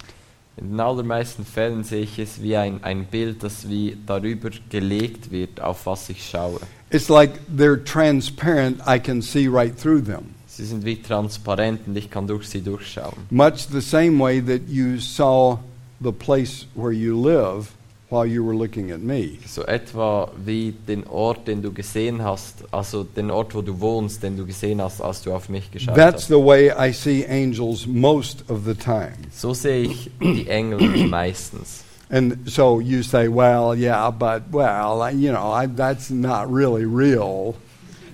In den allermeisten Fällen sehe ich es wie ein, ein Bild, das wie darüber gelegt wird, auf was ich schaue. It's like they're transparent, I can see right through them. Sie sind wie transparent und ich kann durch sie durchschauen. Much the same way that you saw the place where you live while you were looking at me. So etwa wie den Ort, den du gesehen hast, also den Ort, wo du wohnst, den du gesehen hast, als du auf mich geschaut That's hast. the way I see angels most of the time. So sehe ich die Engel meistens. And so you say, well, yeah, but, well, I- you know, I, that's not really real.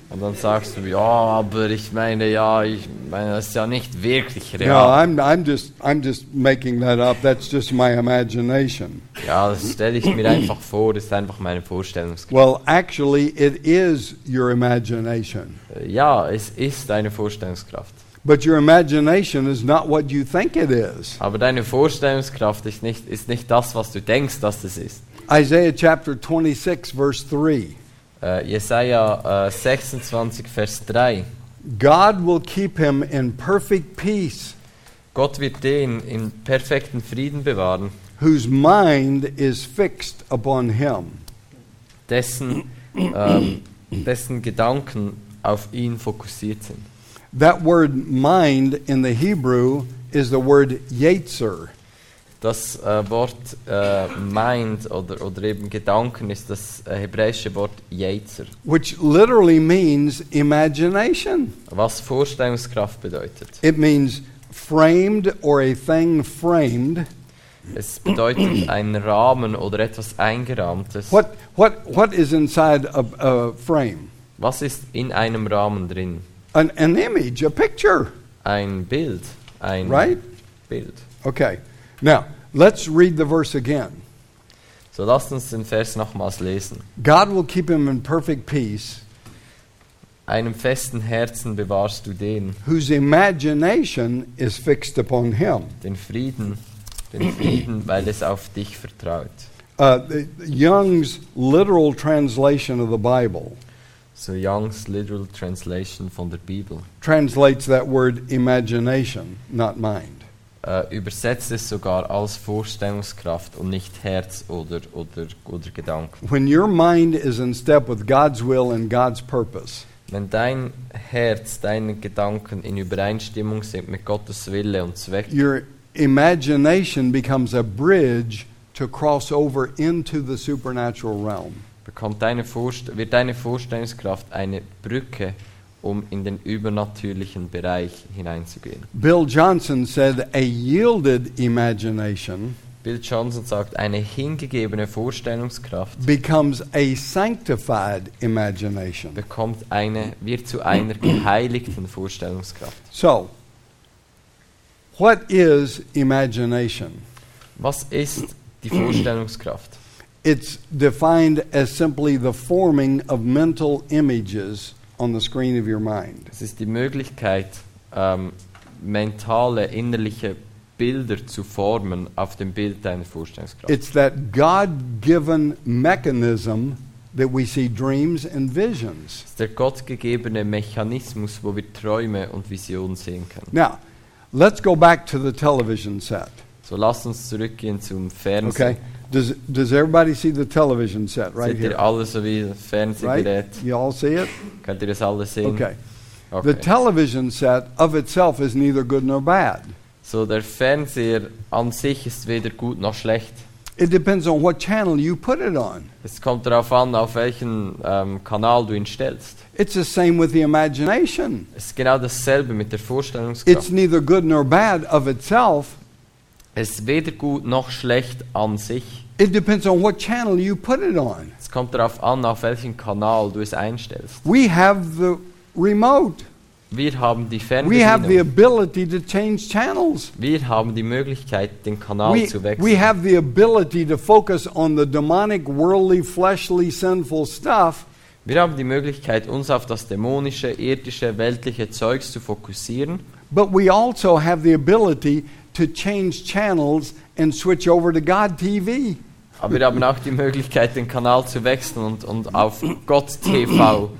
Und dann sagst du, ja, aber ich meine, ja, ich meine, das ist ja nicht wirklich No, real. I'm, I'm, just, I'm just making that up. That's just my imagination. Ja, das stelle ich mir einfach vor, das ist einfach meine Vorstellungskraft. Well, actually, it is your imagination. Ja, es ist eine Vorstellungskraft. But your imagination is not what you think it is. Aber deine Vorstellungskraft ist nicht, ist nicht das, was du denkst, dass es ist. Isaiah chapter 26, verse 3. Äh, Jesaja äh, 26, Vers 3. God will keep him in perfect peace Gott wird den in perfekten Frieden bewahren, whose mind is fixed upon him. dessen, ähm, dessen Gedanken auf ihn fokussiert sind. That word mind in the Hebrew is the word yetzer. Das äh, Wort äh, Mind oder, oder eben Gedanken ist das äh, hebräische Wort Jäzer, which literally means imagination. was Vorstellungskraft bedeutet. It means framed or a thing framed. Es bedeutet ein Rahmen oder etwas Eingerahmtes. What, what, what is inside a, a frame? Was ist in einem Rahmen drin? An, an image, a picture, Ein Bild. Ein right? Bild. Okay. Now, let's read the verse again. So lasst uns den Vers nochmals lesen. God will keep him in perfect peace Einem festen Herzen bewahrst du den, whose imagination is fixed upon him. den Frieden, den Frieden, weil es auf dich vertraut. Uh, the- Young's literal translation of the Bible So Young's Literal Translation von der Bibel. translates that word imagination, not mind. Äh, übersetzt es sogar als Vorstellungskraft und nicht Herz oder, oder, oder Gedanken. When your mind is in step with God's will and God's purpose, Wenn dein Herz, deine Gedanken in Übereinstimmung sind mit Gottes Wille und Zweck, your imagination becomes a bridge to cross over into the supernatural realm. bekommt deine Vorst wird deine Vorstellungskraft eine Brücke, um in den übernatürlichen Bereich hineinzugehen. Bill Johnson said, A yielded imagination Bill Johnson sagt, eine hingegebene Vorstellungskraft becomes a sanctified imagination. bekommt eine, wird zu einer geheiligten Vorstellungskraft. So, what is imagination? Was ist die Vorstellungskraft? It's defined as simply the forming of mental images on the screen of your mind. Es ist die Möglichkeit, ähm, mentale, innerliche Bilder zu formen auf dem Bild deiner Vorstellungskraft. It's that God given mechanism that we see dreams and visions. es ist der gottgegebene Mechanismus, wo wir Träume und Visionen sehen können. Now, let's go back to the television set. So lasst uns zurückgehen zum Fernsehen. Okay? Does, does everybody see the television set right Seht ihr here? alle so wie ein Right? Fernsehgerät? You all see it? Könnt ihr das alle sehen? Okay. Okay. The television set of itself is neither good nor bad. so der Fernseher an sich ist weder gut noch schlecht. It depends on what channel you put it on. Es kommt darauf an, auf welchen ähm, Kanal du ihn stellst. It's the same with the imagination. Es ist genau dasselbe mit der Vorstellungskraft. It's neither good nor bad of itself, Es ist weder gut noch schlecht an sich. It depends on what channel you put it on. Es kommt darauf an, auf welchen Kanal du es einstellst. We have the remote. Wir haben die We have the Fernbedienung. ability to change channels. Wir haben die Möglichkeit, den Kanal We, zu we wechseln. have the ability to focus on the demonic, worldly, fleshly, sinful stuff Wir haben die Möglichkeit, uns auf das dämonische, irdische, weltliche Zeugs zu fokussieren. But we also have the ability to change channels and switch over to God TV. Aber wir haben auch die Möglichkeit, den Kanal zu wechseln und, und auf Gott TV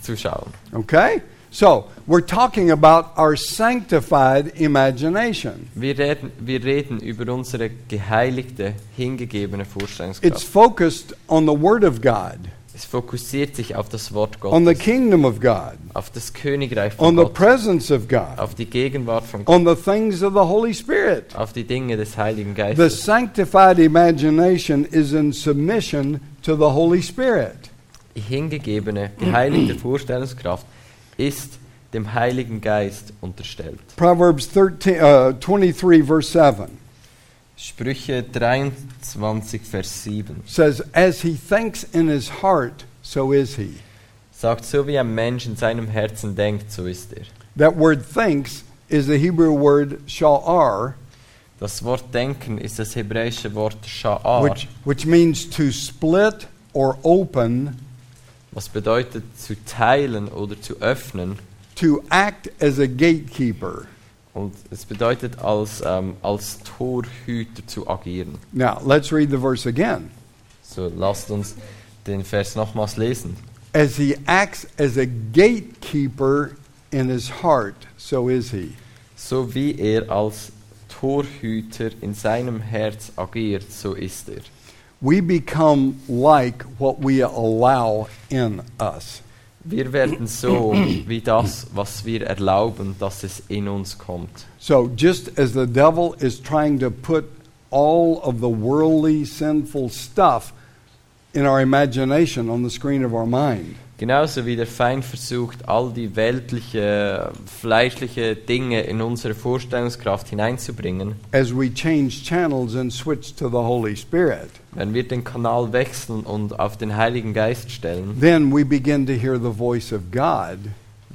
zu schauen. Okay? So, we're talking about our sanctified imagination. Wir reden, wir reden über unsere geheiligte, hingegebene It's Vorstellungskraft. focused on the Word of God, Es fokussiert sich auf das Wort on the Gottes, kingdom of God, auf das Königreich on von the Gott, presence of God, auf die Gegenwart von Gott, on the things of the Holy Spirit. auf die Dinge des Heiligen The Geistes. sanctified imagination is in submission to the Holy Spirit. Die hingegebene, geheiligte Vorstellungskraft ist dem Heiligen Geist unterstellt. Proverbs 13, uh, 23, verse 7. Sprüche 23, Vers 7 says, As he thinks in his heart, so is he. sagt, so wie ein Mensch in seinem Herzen denkt, so ist er. That word thinks is the Hebrew word sha'ar, Das Wort denken ist das hebräische Wort sha'ar, which, which means to split or open, was bedeutet zu teilen oder zu öffnen. to act as a gatekeeper. Und es bedeutet als, ähm, als Torhüter zu agieren. Now, let's read the verse again. So lasst uns den Vers nochmals lesen. As he acts as a gatekeeper in his heart, so is he. So wie er als Torhüter in seinem Herz agiert, so ist er. We become like what we allow in us. Wir werden so wie das, was wir erlauben, dass es in uns kommt. So, just as the devil is trying to put all of the worldly, sinful stuff in our imagination on the screen of our mind, Genauso wie der Feind versucht, all die weltliche, fleischliche Dinge in unsere Vorstellungskraft hineinzubringen, as we change channels and switch to the Holy Spirit, wenn wir den Kanal wechseln und auf den Heiligen Geist stellen, then we begin to hear the voice of God,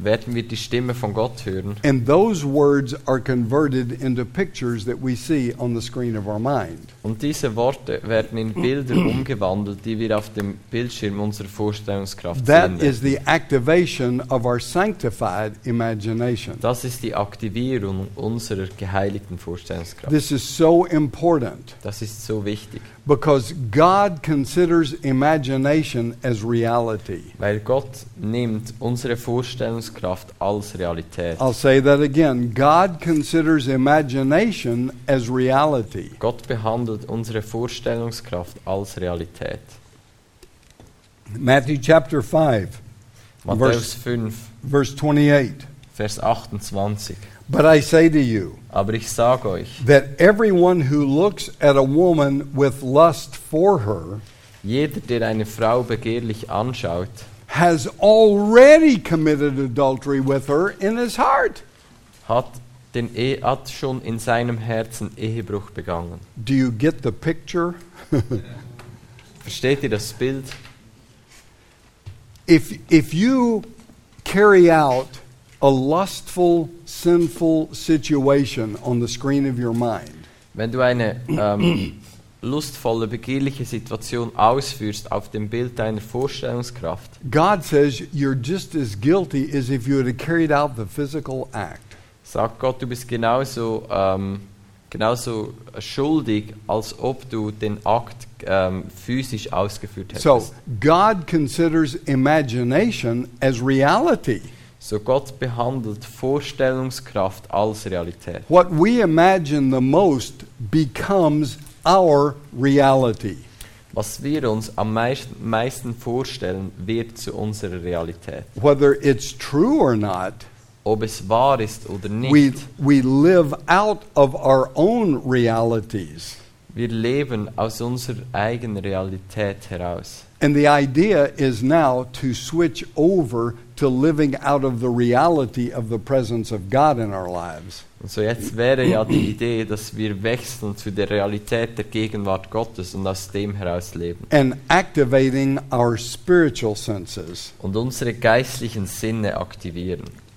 werden wir die Stimme von Gott hören. and those words are converted into pictures that we see on the screen of our mind. Und diese Worte werden in Bilder umgewandelt, die wir auf dem Bildschirm unserer Vorstellungskraft That sehen. is the activation of our sanctified imagination. Das ist die Aktivierung unserer geheiligten Vorstellungskraft. This is so important. Das ist so wichtig, Because God considers imagination as reality. weil Gott nimmt unsere Vorstellungskraft als Realität. I'll say that again. God considers imagination as reality. Gott behandelt unsere Vorstellungskraft als Realität. Matthew chapter 5, Matthäus 5, verse 28. Vers 28. But I say to you Aber ich sage euch, that everyone who looks at a woman with lust for her jeder, der eine Frau begehrlich anschaut, has already committed adultery with her in his heart. hat, den e hat schon in seinem Herzen Ehebruch begangen. Do you get the picture? Versteht ihr das Bild? if if you carry out a lustful, sinful situation on the screen of your mind, Wenn du eine ähm, lustvolle, begehrliche Situation ausführst auf dem Bild deiner Vorstellungskraft, God says you're just as guilty as if you had carried out the physical act. Sagt Gott, du bist genauso, ähm, genauso schuldig, als ob du den Akt ähm, physisch ausgeführt hättest. So God considers imagination as reality. so Gott behandelt Vorstellungskraft als Realität. What we imagine the most becomes our reality. Was wir uns am meisten, meisten vorstellen, wird zu unserer Realität. Whether it's true or not, Ob es wahr ist oder nicht, we, we live out of our own realities. wir leben aus unserer eigenen Realität heraus. And the idea is now to switch over to living out of the reality of the presence of God in our lives. Und so jetzt wäre ja die Idee, dass wir wechseln zu der Realität der Gegenwart Gottes und aus dem heraus leben and activating our spiritual senses. und unsere geistlichen Sinne aktivieren.